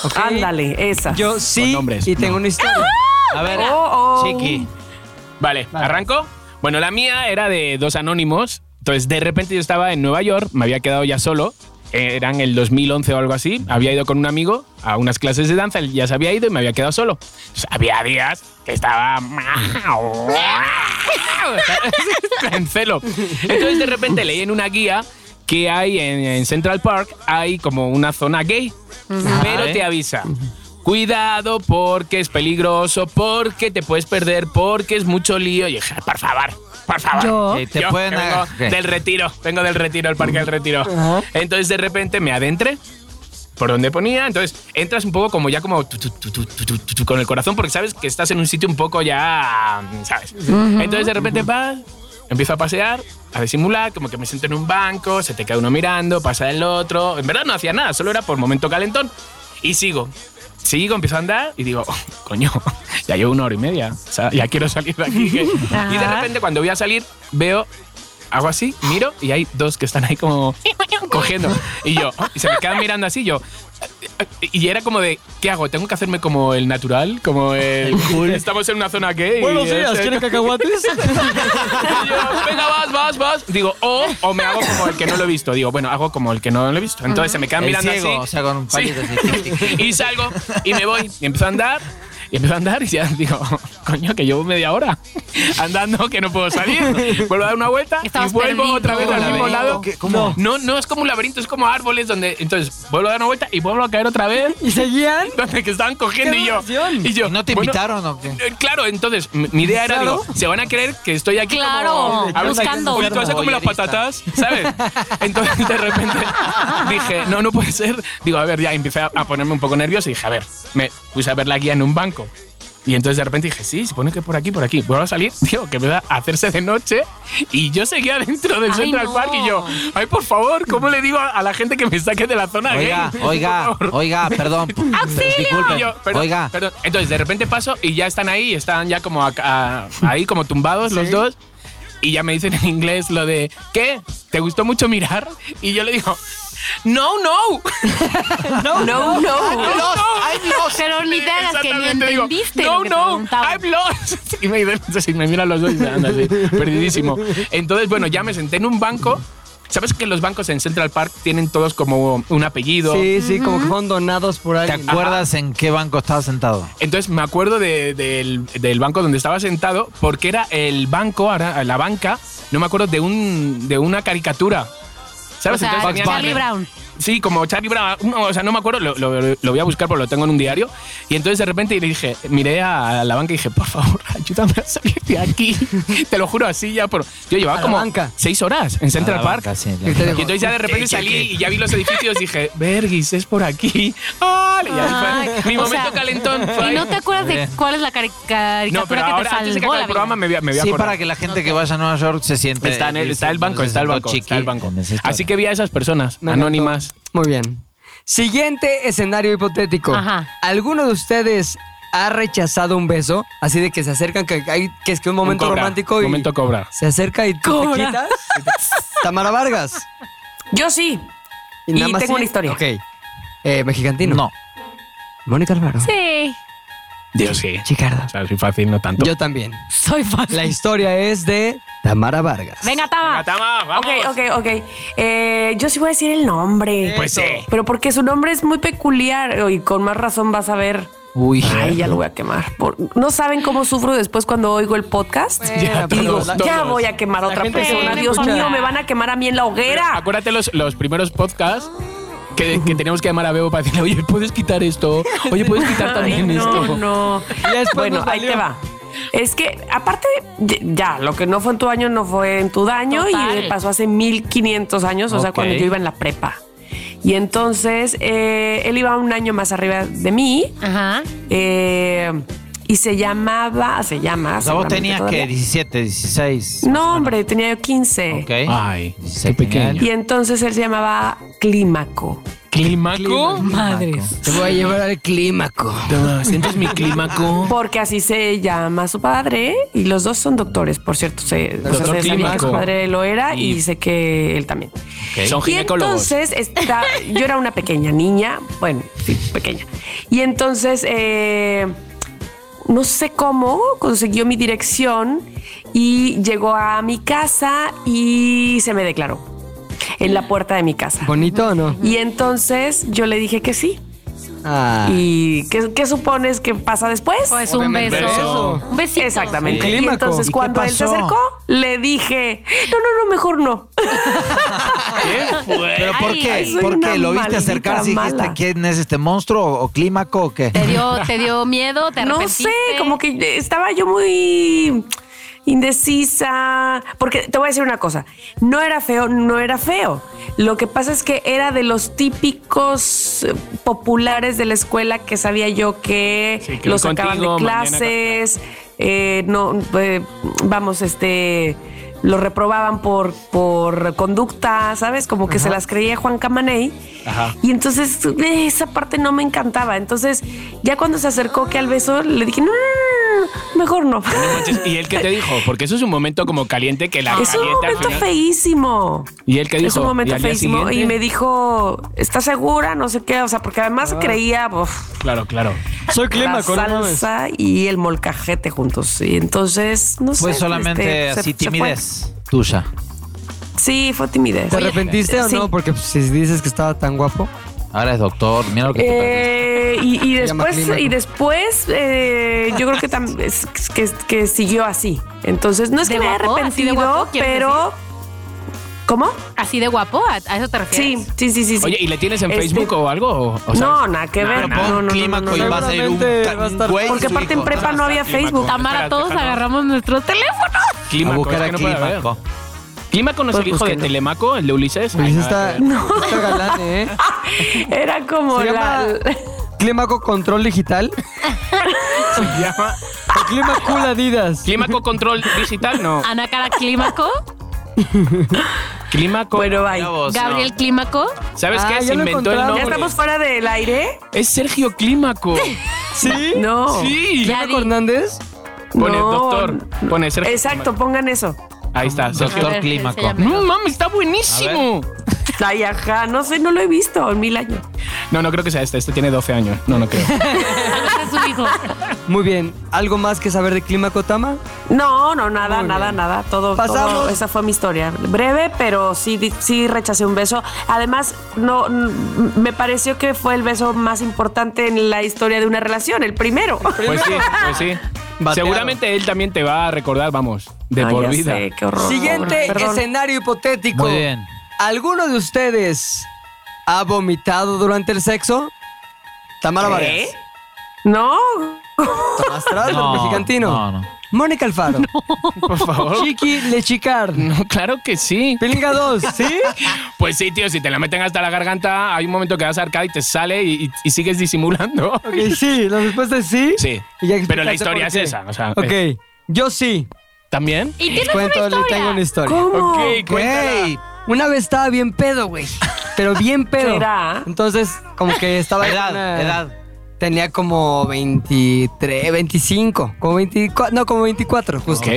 Speaker 5: ok.
Speaker 2: Ándale, esa.
Speaker 5: Yo sí
Speaker 3: Con nombres,
Speaker 5: y tengo
Speaker 3: no.
Speaker 5: una historia.
Speaker 4: A ver,
Speaker 2: Oh, oh.
Speaker 4: Chiqui.
Speaker 3: Vale, ¿arranco? Bueno, la mía era de dos anónimos. Entonces, de repente yo estaba en Nueva York, me había quedado ya solo. Eh, Eran el 2011 o algo así. Había ido con un amigo a unas clases de danza, él ya se había ido y me había quedado solo. Entonces, había días que estaba. en celo. Entonces, de repente leí en una guía que hay en, en Central Park, hay como una zona gay, pero te avisa. Cuidado porque es peligroso, porque te puedes perder, porque es mucho lío. Y dije, por favor, por favor.
Speaker 1: Yo.
Speaker 4: Sí, te pueden
Speaker 3: que vengo
Speaker 4: ag- ¿qué?
Speaker 3: del retiro, vengo del retiro, al parque del retiro. Entonces de repente me adentré por donde ponía, entonces entras un poco como ya como tu, tu, tu, tu, tu, tu, tu, tu, con el corazón porque sabes que estás en un sitio un poco ya, ¿sabes? Entonces de repente vas, empiezo a pasear, a disimular, como que me siento en un banco, se te queda uno mirando, pasa el otro. En verdad no hacía nada, solo era por momento calentón. Y sigo. Sigo, empiezo a andar y digo, coño, ya llevo una hora y media. O sea, ya quiero salir de aquí. que-". y de
Speaker 1: Ajá.
Speaker 3: repente cuando voy a salir, veo, hago así, miro y hay dos que están ahí como cogiendo. Y yo, y se me quedan mirando así, yo. Y era como de, ¿qué hago? ¿Tengo que hacerme como el natural? Como el... Estamos en una zona gay.
Speaker 5: Buenos días,
Speaker 3: Este,
Speaker 5: ¿quieren cacahuates?
Speaker 3: y yo, venga, vas, vas, vas. Digo, o, o me hago como el que no lo he visto. Digo, bueno, hago como el que no lo he visto. Entonces se me quedan
Speaker 4: El
Speaker 3: mirando así.
Speaker 4: ciego, o sea, con un palito
Speaker 3: Sí.
Speaker 4: así.
Speaker 3: y salgo y me voy. Y empiezo a andar. Y empiezo a andar y ya digo, coño, que llevo media hora andando, que no puedo salir. Vuelvo a dar una vuelta
Speaker 1: Estabas
Speaker 3: y vuelvo
Speaker 1: perdido.
Speaker 3: otra vez al mismo
Speaker 4: Laberinto.
Speaker 3: lado.
Speaker 4: ¿Qué? ¿Cómo?
Speaker 3: No, no es como un laberinto, es como árboles donde. Entonces, vuelvo a dar una vuelta y vuelvo a caer otra vez.
Speaker 5: ¿Y seguían?
Speaker 3: Donde que estaban cogiendo
Speaker 5: ¡Qué
Speaker 3: y yo.
Speaker 5: emoción!
Speaker 3: Y yo.
Speaker 4: ¿Y no te
Speaker 3: bueno,
Speaker 4: invitaron o qué?
Speaker 3: eh, Claro, entonces mi mi idea era,
Speaker 5: Claro.
Speaker 3: digo, se van a creer que estoy aquí
Speaker 1: Claro,
Speaker 3: como... a ver,
Speaker 1: buscando.
Speaker 3: Oye, tú haces como las
Speaker 4: Voyerista.
Speaker 3: patatas, ¿sabes? Entonces de repente dije, no, no puede ser. Digo, a ver, ya empecé a, a ponerme un poco nervioso y dije, a ver, me puse a ver la guía en un banco. Y entonces de repente dije, sí, se pone que por aquí, por aquí. Vuelvo a salir, tío, que empieza a hacerse de noche. Y yo seguía dentro del
Speaker 1: Ay,
Speaker 3: Central
Speaker 1: no.
Speaker 3: Park y yo, ay, por favor, ¿cómo le digo a, a la gente que me saque de la zona gay?
Speaker 4: Oiga,
Speaker 3: Por
Speaker 4: oiga,
Speaker 3: favor.
Speaker 4: oiga, perdón. Disculpe.
Speaker 3: Y yo, perdón,
Speaker 4: Oiga,
Speaker 3: perdón. Entonces, de repente paso y ya están ahí, están ya como acá- ahí, como tumbados los dos. Y ya me dicen en inglés lo de, ¿qué? ¿Te gustó mucho mirar? Y yo le digo, no, no.
Speaker 2: No, no, no.
Speaker 4: I'm lost, I'm lost.
Speaker 1: Pero ni te hagas que ni
Speaker 3: Exactamente, digo,
Speaker 1: entendiste lo
Speaker 3: No,
Speaker 1: que
Speaker 3: no,
Speaker 1: preguntaban".
Speaker 3: I'm lost. Y me dicen, entonces, y me miran los dos y se andan así, perdidísimo. Entonces, bueno, ya me senté en un banco. ¿Sabes que los bancos en Central Park tienen todos como un apellido?
Speaker 5: Sí, sí, como que fueron donados por
Speaker 4: ¿Te
Speaker 5: alguien.
Speaker 4: acuerdas en qué banco estaba sentado?
Speaker 3: Entonces me acuerdo de- del, del banco donde estaba sentado porque era el banco, ahora la banca, no me acuerdo de un de una caricatura.
Speaker 1: O
Speaker 3: ¿Sabes?
Speaker 1: sea,
Speaker 3: Entonces,
Speaker 1: Charlie
Speaker 3: tenía-
Speaker 1: Brown.
Speaker 3: Sí, como Charlie Brown. no, o sea, no me acuerdo, lo, lo- lo voy a buscar porque lo tengo en un diario. Y entonces de repente le dije, miré a la banca y dije, por favor, ayúdame a salir de aquí. Te lo juro, así ya por. Yo llevaba
Speaker 5: A la
Speaker 3: como
Speaker 5: banca.
Speaker 3: seis horas en Central
Speaker 4: A la
Speaker 3: Park.
Speaker 4: banca, sí, ya.
Speaker 5: Y te
Speaker 3: Y
Speaker 5: digo,
Speaker 3: entonces ya de repente salí y ya vi los edificios y dije, Vergis, es por aquí. ¡Ole! Y ahí fue
Speaker 1: Ay,
Speaker 3: mi
Speaker 1: o
Speaker 3: momento
Speaker 1: sea,
Speaker 3: calentón. fue
Speaker 1: ¿Y
Speaker 3: ahí.
Speaker 1: no te acuerdas de
Speaker 4: Bien.
Speaker 1: cuál es la cari- caricatura
Speaker 3: No, pero
Speaker 1: que te
Speaker 3: ahora antes de que
Speaker 1: salvó
Speaker 3: acabe
Speaker 1: la vida?
Speaker 3: el programa me voy a, me voy a
Speaker 4: Sí,
Speaker 3: acordar.
Speaker 4: para que la gente que vaya a Nueva York se siente.
Speaker 3: Está, en el, está el banco, está el banco, está el banco. Así que vi a esas personas
Speaker 5: Me encantó.
Speaker 3: anónimas.
Speaker 5: Muy bien. Siguiente escenario hipotético.
Speaker 1: Ajá.
Speaker 5: ¿Alguno de ustedes ha rechazado un beso? Así de que se acercan, que, hay, que es que un momento
Speaker 3: cobra,
Speaker 5: romántico y.
Speaker 3: momento cobra.
Speaker 5: Se acerca y tú te
Speaker 2: Cobra.
Speaker 5: quitas. Tamara Vargas.
Speaker 2: Yo sí. Y tengo una historia.
Speaker 5: Ok. Eh, Mexicantino.
Speaker 4: No.
Speaker 5: Mónica Alvaro.
Speaker 1: Sí,
Speaker 3: Dios, sí.
Speaker 5: Chicardo.
Speaker 3: O sea, soy fácil, no tanto.
Speaker 5: Yo también.
Speaker 1: soy fácil.
Speaker 5: La historia es de Tamara Vargas.
Speaker 1: Venga, Taba.
Speaker 3: Atama, vamos.
Speaker 2: Ok, ok, ok. Eh, yo sí voy a decir el nombre.
Speaker 3: Pues sí.
Speaker 2: Pero porque su nombre es muy peculiar oh, y con más razón vas a ver.
Speaker 4: Uy.
Speaker 2: Ay, ya lo voy a quemar. Por- no saben cómo sufro después cuando oigo el podcast.
Speaker 3: Ya,
Speaker 2: Y digo,
Speaker 3: todos,
Speaker 2: ya
Speaker 3: todos.
Speaker 2: voy a quemar a
Speaker 3: La
Speaker 2: otra
Speaker 3: gente
Speaker 2: persona.
Speaker 1: se-
Speaker 2: Dios
Speaker 1: no importa.
Speaker 2: mío, me van a quemar a mí en la
Speaker 3: Pero
Speaker 2: hoguera.
Speaker 3: acuérdate los, los primeros podcasts que, que teníamos que llamar a Bebo para decirle, oye, ¿puedes quitar esto? Oye, ¿puedes quitar
Speaker 2: Ay,
Speaker 3: también
Speaker 2: no,
Speaker 3: esto?
Speaker 2: no.
Speaker 5: Y después
Speaker 2: Bueno,
Speaker 5: nos
Speaker 2: ahí
Speaker 5: valió.
Speaker 2: te va. Es que, aparte, de- ya, lo que no fue en tu año no fue en tu daño
Speaker 1: Total.
Speaker 2: y pasó hace 1500 años, o sea,
Speaker 3: Ok.
Speaker 2: cuando yo iba en la prepa. Y entonces, eh, él iba un año más arriba de mí
Speaker 1: Ajá.
Speaker 2: eh, y se llamaba, se llama.
Speaker 4: O sea, vos
Speaker 2: seguramente
Speaker 4: tenías que
Speaker 2: todavía.
Speaker 4: 17, 16.
Speaker 2: No, hombre, tenía yo 15.
Speaker 4: Ok.
Speaker 3: Ay, qué
Speaker 4: Dieciséis
Speaker 3: pequeño.
Speaker 2: Y entonces él se llamaba Clímaco.
Speaker 3: ¿Clímaco?
Speaker 5: Madres. Te voy a llevar al clímaco.
Speaker 3: No, ¿Sientes mi clímaco?
Speaker 2: Porque así se llama su padre y los dos son doctores, por cierto. Se, o sea,
Speaker 3: Doctor
Speaker 2: se sabía que
Speaker 3: Clímaco.
Speaker 2: su padre lo era y,
Speaker 3: Y-
Speaker 2: sé que él también.
Speaker 3: Son
Speaker 2: Y
Speaker 3: ginecólogos.
Speaker 2: entonces está, yo era una pequeña niña, bueno, sí, pequeña. Y entonces eh, no sé cómo consiguió mi dirección y llegó a mi casa y se me declaró en la puerta de mi casa.
Speaker 5: ¿Bonito o no?
Speaker 2: Y entonces yo le dije que sí.
Speaker 5: Ah.
Speaker 2: ¿Y qué, qué supones que pasa después?
Speaker 1: Pues un
Speaker 5: Obviamente
Speaker 1: beso.
Speaker 3: beso.
Speaker 1: Un besito.
Speaker 2: Exactamente.
Speaker 5: Sí.
Speaker 2: Y
Speaker 5: Clímaco.
Speaker 2: entonces
Speaker 5: ¿Y qué
Speaker 2: cuando él se
Speaker 4: pasó?
Speaker 2: acercó, le dije, no, no, no, mejor no.
Speaker 3: ¿Qué fue?
Speaker 4: ¿Pero por
Speaker 1: Ay,
Speaker 4: qué?
Speaker 1: ay,
Speaker 2: soy
Speaker 4: ¿Por
Speaker 2: una
Speaker 4: qué? ¿Lo viste
Speaker 2: maldita
Speaker 4: acercarse y dijiste
Speaker 2: mala. Eh,
Speaker 4: quién es este monstruo o, o clímaco o qué?
Speaker 1: ¿Te dio, ¿Te dio miedo? ¿Te
Speaker 2: No sé,
Speaker 1: arrepentiste?
Speaker 2: como que estaba yo muy indecisa, porque te voy a decir una cosa, no era feo, no era feo. Lo que pasa es que era de los típicos eh, populares de la escuela que sabía yo que
Speaker 3: Sí, que
Speaker 2: los
Speaker 3: hoy
Speaker 2: sacaban
Speaker 3: contigo,
Speaker 2: de
Speaker 3: mañana con-
Speaker 2: clases, eh, no, eh, vamos, este, lo reprobaban por, por conducta, ¿sabes? Como que se las creía Juan Camaney.
Speaker 3: Ajá.
Speaker 2: Y entonces eh, esa parte no me encantaba. Entonces, ya cuando se acercó que al beso, le dije, no, no, no, no, mejor no.
Speaker 3: No manches, ¿Y él qué te dijo? Porque eso es un momento como caliente que la
Speaker 2: Ah. es un
Speaker 3: calienta al
Speaker 2: momento
Speaker 3: final.
Speaker 2: feísimo.
Speaker 3: ¿Y él qué dijo?
Speaker 2: Es un
Speaker 3: ¿Y
Speaker 2: momento
Speaker 3: al día
Speaker 2: feísimo.
Speaker 3: siguiente?
Speaker 2: Y me dijo, ¿estás segura? No sé qué. O sea, porque además
Speaker 3: Ah.
Speaker 2: creía uf,
Speaker 3: Claro, claro.
Speaker 5: Soy
Speaker 2: la
Speaker 5: clímaco, no mames.
Speaker 2: salsa y el molcajete juntos. Y entonces, no sé.
Speaker 4: Fue solamente
Speaker 2: este, se-
Speaker 4: así
Speaker 2: se fue.
Speaker 4: timidez tuya.
Speaker 2: sí, fue timidez.
Speaker 5: ¿Te arrepentiste o
Speaker 2: Sí.
Speaker 5: no? Porque pues, si dices que estaba tan guapo.
Speaker 4: Ahora es doctor, mira lo que te perdiste.
Speaker 2: Eh, y, y
Speaker 5: Se llama
Speaker 2: después,
Speaker 5: clímaco.
Speaker 2: y después eh, yo creo que, tam- es- que, que siguió así. Entonces, no es
Speaker 1: ¿De
Speaker 2: que me haya
Speaker 1: guapo? ¿Así de
Speaker 2: arrepentido,
Speaker 1: guapo quieres
Speaker 2: pero. ¿Cómo?
Speaker 1: Así de guapo, ¿a, a eso te refieres?
Speaker 2: Sí, sí, sí, sí. sí.
Speaker 3: Oye, ¿y le tienes en
Speaker 2: Este-
Speaker 3: Facebook o algo? O-
Speaker 2: No,
Speaker 3: o sabes?
Speaker 2: nada que
Speaker 4: Pero
Speaker 2: ver. No,
Speaker 4: pon
Speaker 2: no, no,
Speaker 4: clímaco
Speaker 2: no, no,
Speaker 4: y
Speaker 2: no.
Speaker 4: va a salir un,
Speaker 5: Seguramente
Speaker 4: ca-
Speaker 5: va a estar-
Speaker 4: un güey y
Speaker 2: Porque
Speaker 4: su
Speaker 2: aparte
Speaker 4: hijo.
Speaker 2: en prepa no había
Speaker 3: Clímaco.
Speaker 2: Facebook.
Speaker 1: Tamara,
Speaker 3: Espérate,
Speaker 1: todos
Speaker 3: déjanos.
Speaker 1: agarramos nuestro teléfono.
Speaker 4: A
Speaker 3: Clímaco,
Speaker 4: buscar
Speaker 3: es
Speaker 4: a
Speaker 3: que no puede haber.
Speaker 4: Clímaco.
Speaker 3: Clímaco no es
Speaker 2: Pues
Speaker 3: el hijo de
Speaker 2: búsquenlo.
Speaker 3: Telemaco, el de Ulises.
Speaker 5: Pues
Speaker 3: Ay, no,
Speaker 5: está, está galán, ¿eh?
Speaker 2: Era como
Speaker 5: Se
Speaker 2: la.
Speaker 5: llama Clímaco Control Digital.
Speaker 3: se llama-
Speaker 5: o Clímaco Cool Adidas.
Speaker 3: Clímaco Control Digital, no.
Speaker 1: Ana Cara Clímaco,
Speaker 3: Clímaco.
Speaker 2: Bueno, bye.
Speaker 4: Mira vos,
Speaker 1: Gabriel
Speaker 4: no.
Speaker 1: Clímaco.
Speaker 3: ¿Sabes
Speaker 5: Ah,
Speaker 3: qué?
Speaker 5: ya
Speaker 3: Se
Speaker 5: lo
Speaker 3: inventó el
Speaker 5: encontramos.
Speaker 2: ¿Ya
Speaker 3: nombre.
Speaker 2: estamos fuera del aire?
Speaker 3: Es Sergio Clímaco.
Speaker 5: ¿Sí?
Speaker 2: No.
Speaker 3: Sí.
Speaker 1: Ya
Speaker 5: ¿Clímaco
Speaker 1: di.
Speaker 5: Hernández?
Speaker 3: Pone
Speaker 2: No.
Speaker 3: doctor. Pone Sergio.
Speaker 2: Exacto, pongan eso.
Speaker 3: Clímaco. Ahí está, Sergio.
Speaker 1: A ver,
Speaker 4: Doctor Clímaco.
Speaker 1: se llama.
Speaker 3: No mames, está buenísimo.
Speaker 2: Ay, ajá, no sé, no lo he visto en mil años.
Speaker 3: No, no creo que sea este. Este tiene 12 años. No, no creo.
Speaker 1: Ese es su hijo.
Speaker 5: Muy bien. ¿Algo más que saber de Clímaco Tama?
Speaker 2: No, no, nada, nada, nada. Todo,
Speaker 5: Pasamos.
Speaker 2: todo- Esa fue mi historia. Breve, pero sí, di- sí rechacé un beso. Además, no, n- me pareció que fue el beso más importante en la historia de una relación, el primero.
Speaker 3: Pues sí, pues sí.
Speaker 5: Bateado.
Speaker 3: Seguramente él también te va a recordar, vamos, de
Speaker 2: Ay,
Speaker 3: por
Speaker 2: Ah, ya
Speaker 3: vida.
Speaker 2: sé, qué horror.
Speaker 5: Siguiente
Speaker 2: Perdón.
Speaker 5: escenario hipotético.
Speaker 4: Muy bien.
Speaker 5: ¿Alguno de ustedes ha vomitado durante el sexo? Tamara Vargas.
Speaker 2: No,
Speaker 5: Tomás Trasler,
Speaker 4: No,
Speaker 5: mexicantino.
Speaker 4: no, no.
Speaker 5: Mónica Alfaro.
Speaker 3: Por favor.
Speaker 5: Chiqui Lechicar.
Speaker 3: No, claro que sí.
Speaker 5: Pilinga 2, ¿sí?
Speaker 3: Pues sí, tío, si te la meten hasta la garganta, hay un momento que vas a arcada y te sale y, y- y sigues disimulando.
Speaker 5: Ok, sí, la respuesta es sí.
Speaker 3: Sí.
Speaker 5: Y ya
Speaker 3: Pero la
Speaker 5: explicaste
Speaker 3: historia
Speaker 5: por
Speaker 3: es
Speaker 5: qué.
Speaker 3: esa. O sea, eh,
Speaker 5: Ok, yo sí.
Speaker 3: ¿También?
Speaker 1: Y tienes
Speaker 5: Cuento,
Speaker 1: una
Speaker 5: le
Speaker 1: historia.
Speaker 5: tengo una historia.
Speaker 2: ¿cómo?
Speaker 3: Ok, cuéntala.
Speaker 4: Güey.
Speaker 5: Una vez estaba bien pedo, güey. Pero bien pedo.
Speaker 2: ¿Será?
Speaker 5: Entonces, como que estaba. en
Speaker 4: Edad,
Speaker 5: una-
Speaker 4: edad.
Speaker 5: Tenía como 23, 25. Como 24. No, como 24, justo.
Speaker 3: Ok.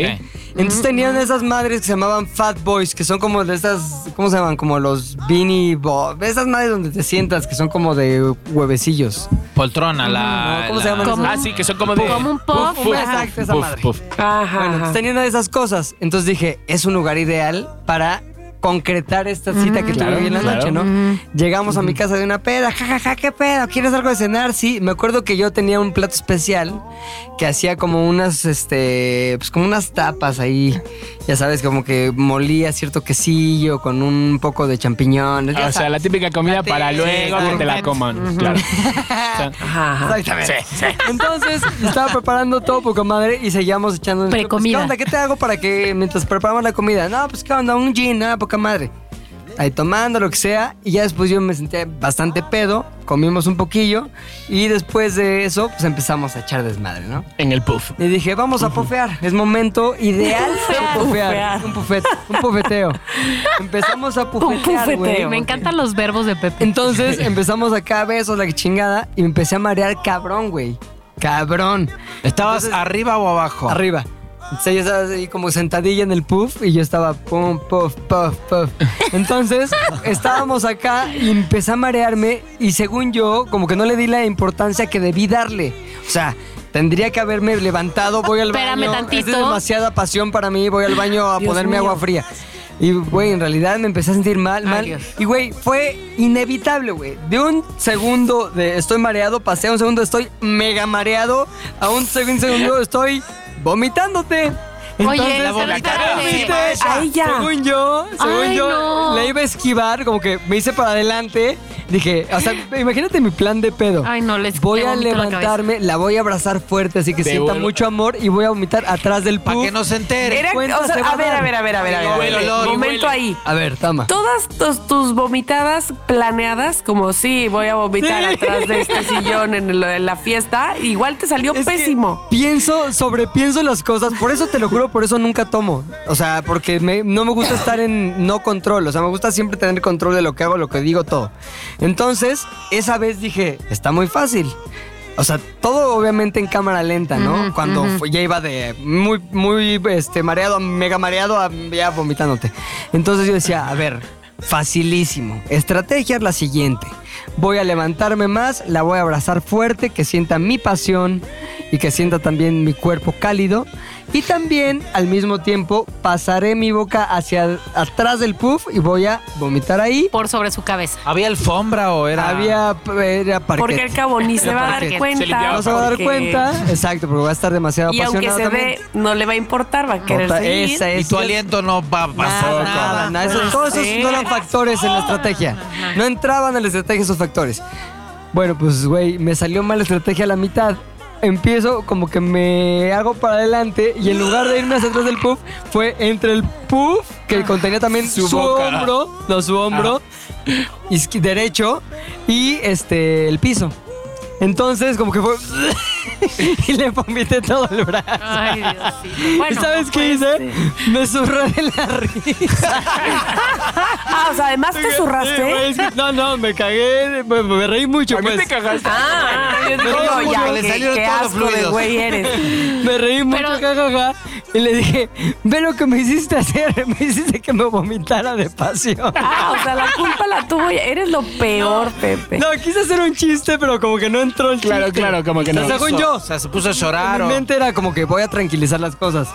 Speaker 5: Entonces tenían esas madres que se llamaban Fat Boys, que son como de esas. ¿Cómo se llaman? Como los Beanie Bob. Esas madres donde te sientas, que son como de huevecillos.
Speaker 4: Poltrona, la.
Speaker 5: No, ¿cómo
Speaker 4: la-
Speaker 5: se llaman
Speaker 1: ¿Cómo?
Speaker 3: Ah, sí, que son como de.
Speaker 1: Como un puff.
Speaker 3: Puf, puf,
Speaker 5: Exacto, esa
Speaker 3: puf,
Speaker 5: madre.
Speaker 3: puf.
Speaker 2: Ajá,
Speaker 5: Bueno,
Speaker 2: ajá.
Speaker 5: entonces tenía una de esas cosas. Entonces dije, es un lugar ideal para concretar esta cita que
Speaker 3: Claro,
Speaker 5: tuve hoy en la
Speaker 3: claro.
Speaker 5: noche, ¿no? Llegamos a mi casa de una peda, jajaja, qué pedo, ¿quieres algo de cenar? Sí, me acuerdo que yo tenía un plato especial que hacía como unas, este, pues como unas tapas ahí, ya sabes, como que molía cierto quesillo con un poco de champiñones. ya
Speaker 3: Ah, O sea,
Speaker 5: sabes.
Speaker 3: la típica comida para
Speaker 5: Sí,
Speaker 3: luego que te la
Speaker 5: exactamente.
Speaker 3: coman. Claro.
Speaker 2: ajá, ajá.
Speaker 5: Exactamente. Entonces, estaba preparando todo poca madre y seguíamos echando. nuestro-
Speaker 1: Precomida.
Speaker 5: Pues, ¿Qué onda? ¿Qué te hago para que mientras preparamos la comida? No, pues qué onda, un gin, nada, poca madre. Ahí tomando lo que sea. Y ya después yo me senté bastante pedo, comimos un poquillo. Y después de eso, pues empezamos a echar desmadre, ¿no?
Speaker 3: En el puff.
Speaker 5: Le dije, vamos a pofear. Es momento ideal para pofear.
Speaker 2: Pufear.
Speaker 5: Un pufet, un pufeteo. Empezamos a pufetear,
Speaker 2: pufeteo.
Speaker 5: güey.
Speaker 1: Me encantan los verbos de Pepe.
Speaker 5: Entonces empezamos acá a besos, la chingada, y me empecé a marear cabrón, güey. Cabrón.
Speaker 4: ¿Estabas arriba o abajo?
Speaker 5: Arriba. Entonces ella estaba ahí como sentadilla en el puff y yo estaba pum, puff, puff, puff. Entonces estábamos acá y empecé a marearme y según yo, como que no le di la importancia que debí darle. O sea, tendría que haberme levantado, voy al baño. este
Speaker 1: Espérame tantito.
Speaker 5: Es demasiada pasión para mí, voy al baño a
Speaker 2: Dios
Speaker 5: ponerme
Speaker 2: mío.
Speaker 5: agua fría. Y, güey, en realidad me empecé a sentir mal,
Speaker 1: Ay,
Speaker 5: mal.
Speaker 1: Dios.
Speaker 5: Y, güey, fue inevitable, güey. De un segundo de estoy mareado, pasé a un segundo de estoy mega mareado, a un segundo, segundo de estoy vomitándote.
Speaker 1: Oye,
Speaker 5: Entonces,
Speaker 1: pero
Speaker 4: la cara
Speaker 1: espérate.
Speaker 4: encima esa.
Speaker 2: Ahí ya.
Speaker 5: según yo, según
Speaker 1: Ay,
Speaker 5: yo,
Speaker 1: no.
Speaker 5: le iba a esquivar, como que me hice para adelante. Dije, o sea, imagínate mi plan de pedo.
Speaker 1: Ay, no, les
Speaker 5: Voy
Speaker 1: le
Speaker 5: a
Speaker 1: vomito la cabeza.
Speaker 5: levantarme, la, voy a abrazar fuerte, así que
Speaker 3: Te
Speaker 5: sienta
Speaker 3: vuelvo-
Speaker 5: mucho amor y voy a vomitar atrás del
Speaker 4: Para
Speaker 5: pub.
Speaker 4: que no se entere.
Speaker 2: Era-
Speaker 5: cuenta
Speaker 2: o sea,
Speaker 5: se va
Speaker 2: a
Speaker 5: a
Speaker 2: ver,
Speaker 5: dar.
Speaker 2: a ver, a ver, a ver, a ver, a ver.
Speaker 3: Huele, olor,
Speaker 2: Momento
Speaker 3: huele.
Speaker 2: ahí.
Speaker 5: A ver, tama.
Speaker 2: Todas tus, tus vomitadas planeadas, como sí, voy a vomitar
Speaker 5: Sí.
Speaker 2: atrás de este sillón en, lo- en la fiesta, igual te salió
Speaker 5: Es que
Speaker 2: pésimo.
Speaker 5: Pienso, sobrepienso las cosas. Por eso te lo juro, por eso nunca tomo. O sea, porque me- no me gusta estar en no control. O sea, me gusta siempre tener control de lo que hago, lo que digo, todo. Entonces, esa vez dije, está muy fácil. O sea, todo obviamente en cámara lenta, ¿no?
Speaker 1: Ujú,
Speaker 5: Cuando
Speaker 1: ujú.
Speaker 5: fue- ya iba de muy, muy este, mareado, a mega mareado, a ya vomitándote. Entonces yo decía, a ver, facilísimo. Estrategia es la siguiente. Voy a levantarme más, la voy a abrazar fuerte, que sienta mi pasión y que sienta también mi cuerpo cálido. Y también al mismo tiempo pasaré mi boca hacia atrás del puff y voy a vomitar ahí.
Speaker 1: por sobre su cabeza.
Speaker 4: ¿Había alfombra o era.?
Speaker 5: Había eh, era parquet.
Speaker 2: Porque el cabo ni se va a
Speaker 5: Se
Speaker 2: dar cuenta.
Speaker 3: limpiaba.
Speaker 5: no se va a dar
Speaker 2: porque-
Speaker 5: cuenta. Exacto, porque va a estar demasiado
Speaker 2: Y aunque
Speaker 5: apasionado
Speaker 2: se
Speaker 5: también.
Speaker 2: ve, no le va a importar, va a querer
Speaker 5: Ota-
Speaker 2: seguir.
Speaker 5: esa
Speaker 4: Y
Speaker 5: es
Speaker 4: tu
Speaker 5: la-
Speaker 4: aliento no va a
Speaker 5: Nada,
Speaker 4: pasar.
Speaker 5: nada, nada. Esos-
Speaker 2: Pues,
Speaker 5: todos esos
Speaker 2: sí.
Speaker 5: Ah, no eran factores en la estrategia. No entraban en la estrategia esos factores. Bueno, pues, güey, me salió mal la estrategia a la mitad. Empiezo como que me hago para adelante y en lugar de irme hacia atrás del puff, fue entre el puff, que contenía también su,
Speaker 3: Su boca. Ah.
Speaker 5: hombro, no, su hombro isqui- derecho y este el piso. Entonces, como que fue. y le vomité todo el brazo.
Speaker 1: Ay, Dios, sí. Bueno,
Speaker 5: ¿Y sabes
Speaker 1: no
Speaker 5: qué
Speaker 1: puede
Speaker 5: hice?
Speaker 1: ser.
Speaker 5: Me zurré de la risa.
Speaker 2: Ah, o sea, además te
Speaker 5: Sí, güey,
Speaker 2: zurraste.
Speaker 5: es que- no, no, me cagué, me, me reí mucho,
Speaker 3: A mí te
Speaker 5: pues.
Speaker 3: cagaste.
Speaker 2: Ah, yo digo,
Speaker 5: Pero
Speaker 2: no, ya,
Speaker 4: le
Speaker 2: qué,
Speaker 4: salieron
Speaker 2: qué
Speaker 4: todos los
Speaker 2: asco de
Speaker 4: fluidos.
Speaker 2: güey eres.
Speaker 5: Me reí mucho,
Speaker 1: Pero-
Speaker 5: jajaja. Y le dije, ve lo que me hiciste hacer, me hiciste que me vomitara de pasión.
Speaker 2: Ah, o sea, la culpa la tuvo. ella. Eres lo peor, Pepe.
Speaker 5: No, quise hacer un chiste, pero como que no entró el chiste.
Speaker 3: Claro, claro, como que
Speaker 5: O sea,
Speaker 3: no.
Speaker 5: según
Speaker 4: Hizo-
Speaker 5: yo,
Speaker 4: O sea, se puso a
Speaker 5: en
Speaker 4: llorar o.
Speaker 5: mi mente era como que voy a tranquilizar las cosas.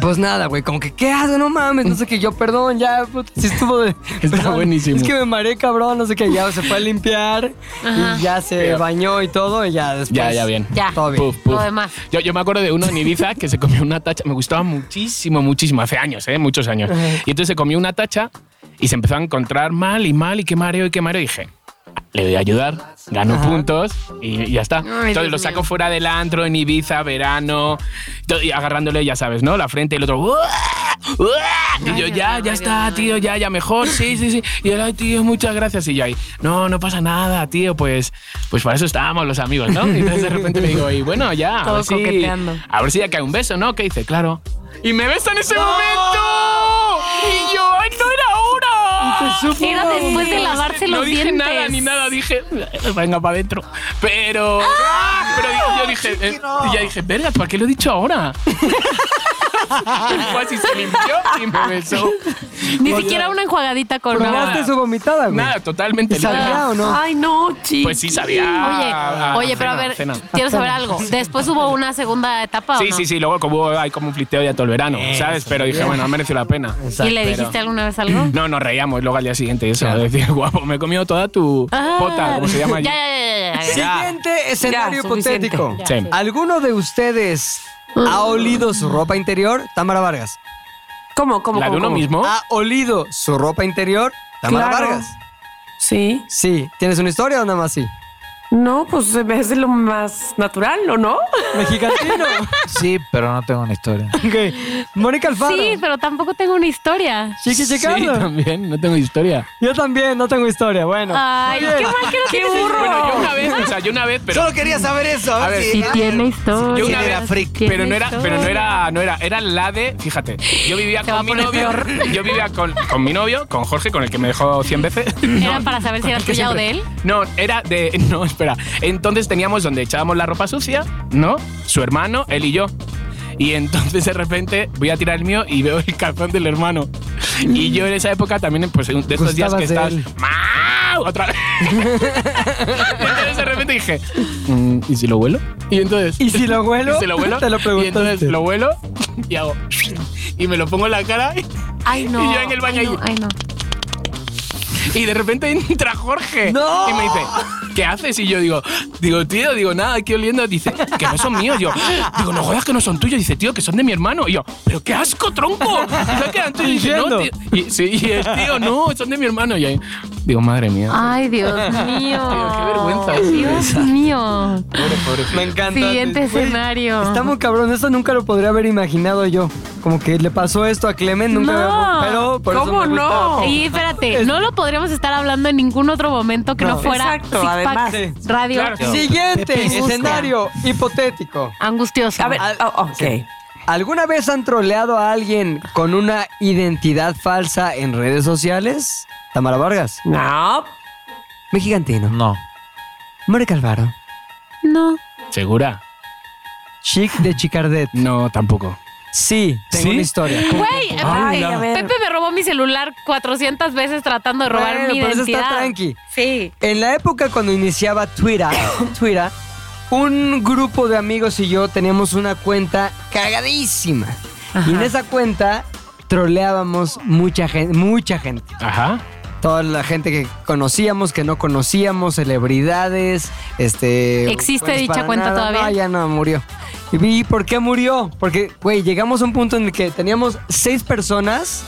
Speaker 5: Pues nada, güey, como que, ¿qué hago? No mames, no sé qué, yo, perdón, ya, puta, sí estuvo de...
Speaker 3: Está
Speaker 5: perdón,
Speaker 3: buenísimo.
Speaker 5: Es que me mareé, cabrón, no sé qué, ya se fue a limpiar,
Speaker 1: Ajá.
Speaker 5: y ya se
Speaker 3: Pero-
Speaker 5: bañó y todo, y Pues ya después...
Speaker 3: Ya, ya, bien.
Speaker 1: Ya.
Speaker 5: Todo bien.
Speaker 3: Puf, puf.
Speaker 1: Lo demás.
Speaker 3: Yo, yo me acuerdo de uno en Ibiza que se comió una tacha. Me gustaba muchísimo, muchísimo. Hace años, ¿eh? Muchos años. Y entonces se comió una tacha y se empezó a encontrar mal y mal y qué mareo y qué mareo. Y dije, "Ah, le voy a ayudar. Ganó puntos y, y ya está. entonces
Speaker 1: Dios
Speaker 3: lo saco
Speaker 1: mío.
Speaker 3: fuera del antro en Ibiza, verano, to- y agarrándole, ya sabes, ¿no? La frente y el otro. "Uah, uah". Y yo,
Speaker 1: Ay,
Speaker 3: ya,
Speaker 1: ay,
Speaker 3: ya
Speaker 1: ay,
Speaker 3: está,
Speaker 1: ay.
Speaker 3: tío, ya, ya mejor, sí, sí, sí. Y él, ay, tío, muchas gracias. Y yo ahí, no, no pasa nada, tío, pues, pues para eso estábamos los amigos, ¿no? Y entonces de repente le digo, y bueno, ya, a
Speaker 1: Todo
Speaker 3: ver, si,
Speaker 1: coqueteando.
Speaker 3: a ver si ya cae un beso, ¿no? ¿Qué dice? Claro. Y me besa en ese momento. Y yo, ay, no era ahora.
Speaker 1: Era después de lavarse
Speaker 3: No
Speaker 1: los
Speaker 3: dije
Speaker 1: dientes.
Speaker 3: nada ni nada, dije, venga para adentro. Pero, ah, pero di- yo
Speaker 5: Ah,
Speaker 3: dije, eh, y ya dije, verga, ¿para qué lo he dicho ahora? Fue así, se limpió y me besó.
Speaker 1: pues, Ni siquiera una enjuagadita con agua.
Speaker 5: Probaste su vomitada, güey.
Speaker 3: Nada, totalmente.
Speaker 5: ¿Y sabía o no?
Speaker 2: Ay, no, chicos.
Speaker 3: Pues sí, sabía. Ah,
Speaker 1: Oye, oye, pero a
Speaker 3: Cena,
Speaker 1: ver,
Speaker 3: cena.
Speaker 1: quiero saber algo. Después hubo una segunda etapa. ¿o
Speaker 3: Sí,
Speaker 1: no?
Speaker 3: sí, sí, luego como hay como un fliteo ya todo el verano, ¿sabes? Pero dije, bueno, ha merecido la pena.
Speaker 1: ¿Y le dijiste alguna vez algo?
Speaker 3: No, nos reíamos luego al día siguiente, eso. Decir, guapo, me he comido toda tu
Speaker 1: Ah.
Speaker 3: pota, como se llama allí.
Speaker 1: Ya, ya, ya, ya, ya.
Speaker 5: Siguiente escenario
Speaker 2: Ya, suficiente.
Speaker 5: hipotético.
Speaker 3: Sí.
Speaker 1: Ah,
Speaker 5: ¿Alguno de ustedes
Speaker 1: Mm.
Speaker 5: ha olido su ropa interior? Tamara Vargas.
Speaker 2: ¿Cómo, cómo,
Speaker 3: ¿La de
Speaker 2: cómo,
Speaker 3: uno
Speaker 2: cómo?
Speaker 3: mismo?
Speaker 5: ¿Ha olido su ropa interior? Tamara
Speaker 2: Claro.
Speaker 5: Vargas.
Speaker 2: Sí.
Speaker 5: Sí. ¿Tienes una historia o nada más sí?
Speaker 2: No, pues se me hace lo más natural, ¿o no?
Speaker 5: Mexicantino.
Speaker 4: Sí, pero no tengo una historia.
Speaker 5: Ok. Mónica Alfaro.
Speaker 1: Sí, pero tampoco tengo una historia.
Speaker 5: Chiqui
Speaker 3: Sí,
Speaker 5: Chicardo.
Speaker 3: también, no tengo historia.
Speaker 5: Yo también, no tengo historia. Bueno.
Speaker 1: Ay, qué mal que no
Speaker 2: ¡Qué
Speaker 1: tienes
Speaker 2: burro!
Speaker 1: historia.
Speaker 3: Bueno, yo una vez, o sea, yo una vez, pero.
Speaker 4: Solo quería saber eso. A
Speaker 3: A
Speaker 4: ver,
Speaker 3: ver,
Speaker 4: si-
Speaker 1: Sí tiene historia.
Speaker 3: Yo una vez
Speaker 4: era freak,
Speaker 1: Sí
Speaker 3: Pero no
Speaker 1: tiene
Speaker 3: era, pero no
Speaker 1: historia.
Speaker 3: era, no era, era la de, fíjate, yo vivía
Speaker 1: Se va a
Speaker 3: con mi
Speaker 1: poner
Speaker 3: novio, yo vivía con, con mi novio, con Jorge, con el que me dejó 100 veces.
Speaker 1: Era para saber si era
Speaker 3: Que
Speaker 1: tuya o
Speaker 3: siempre-
Speaker 1: de él.
Speaker 3: No, era de. No, espera. Entonces teníamos donde echábamos la ropa sucia, ¿no? Su hermano, él y yo. Y entonces de repente voy a tirar el mío y veo el calzón del hermano. Y yo en esa época también, pues de esos días que
Speaker 5: Gustabas
Speaker 3: estás.
Speaker 5: de
Speaker 3: ¡Mau! Otra vez. entonces de repente dije, "Mm, ¿y si lo vuelo? Y entonces.
Speaker 5: ¿Y si lo
Speaker 3: ¿Y
Speaker 5: huelo?
Speaker 3: si lo vuelo?
Speaker 5: Te lo
Speaker 3: y entonces
Speaker 5: preguntaste.
Speaker 3: lo vuelo y hago. Y me lo pongo en la cara
Speaker 1: Ay, no.
Speaker 3: Y yo en el baño
Speaker 1: Ay,
Speaker 3: ahí.
Speaker 1: no. Ay, no.
Speaker 3: Y de repente entra Jorge.
Speaker 5: ¡No!
Speaker 3: Y me dice, ¿qué haces? Y yo digo, digo, tío, digo, nada, aquí oliendo. Dice, que no son míos. Yo, digo, no jodas que no son tuyos. Dice, tío, que son de mi hermano. Y yo, pero qué asco, tronco. Y se quedan tuyos. Y dice, no, tío. Y, sí, y el tío, no, son de mi hermano. Y ahí, digo, madre mía.
Speaker 1: Ay, Dios mío.
Speaker 3: Dios, qué vergüenza.
Speaker 1: Dios mío.
Speaker 3: Pobre, pobre.
Speaker 5: Me encanta.
Speaker 1: Siguiente
Speaker 5: Güey,
Speaker 1: escenario.
Speaker 5: Está muy cabrón, eso nunca lo podría haber imaginado yo. Como que le pasó esto a Clemen, nunca
Speaker 1: No.
Speaker 5: había- Pero por eso
Speaker 2: ¿Cómo
Speaker 5: me gusta.
Speaker 2: no?
Speaker 1: Y espérate, no lo podríamos estar hablando en ningún otro momento que no,
Speaker 5: No.
Speaker 1: fuera
Speaker 2: Exacto,
Speaker 1: Six
Speaker 2: además.
Speaker 1: Pack Radio
Speaker 3: Claro.
Speaker 5: Siguiente
Speaker 1: Busca.
Speaker 5: escenario hipotético.
Speaker 1: Angustioso.
Speaker 2: A ver,
Speaker 5: Al-
Speaker 2: oh, ok.
Speaker 5: sí. ¿Alguna vez han troleado a alguien con una identidad falsa en redes sociales? Tamara Vargas.
Speaker 2: No,
Speaker 5: Mexicantino.
Speaker 4: No.
Speaker 5: Mónica Alvaro.
Speaker 1: No.
Speaker 3: ¿Segura?
Speaker 5: Chic de Chicardet.
Speaker 3: No, tampoco.
Speaker 5: Sí, tengo
Speaker 3: ¿Sí?
Speaker 5: una historia.
Speaker 1: Güey, ay,
Speaker 2: Ay, a ver.
Speaker 1: Pepe me robó mi celular 400 veces tratando de robar
Speaker 5: Bueno,
Speaker 1: mi
Speaker 5: pero eso
Speaker 1: identidad.
Speaker 5: está tranqui.
Speaker 1: Sí.
Speaker 5: En la época cuando iniciaba Twitter, Twitter un grupo de amigos y yo teníamos una cuenta cagadísima.
Speaker 1: Ajá.
Speaker 5: Y en esa cuenta troleábamos mucha gente, mucha gente.
Speaker 3: Ajá.
Speaker 5: Toda la gente que conocíamos, que no conocíamos, celebridades, este...
Speaker 1: ¿Existe
Speaker 5: buenos
Speaker 1: dicha
Speaker 5: para
Speaker 1: cuenta todavía?
Speaker 5: No, ya no, murió. ¿Y y por qué murió? Porque, güey, llegamos a un punto en el que teníamos seis personas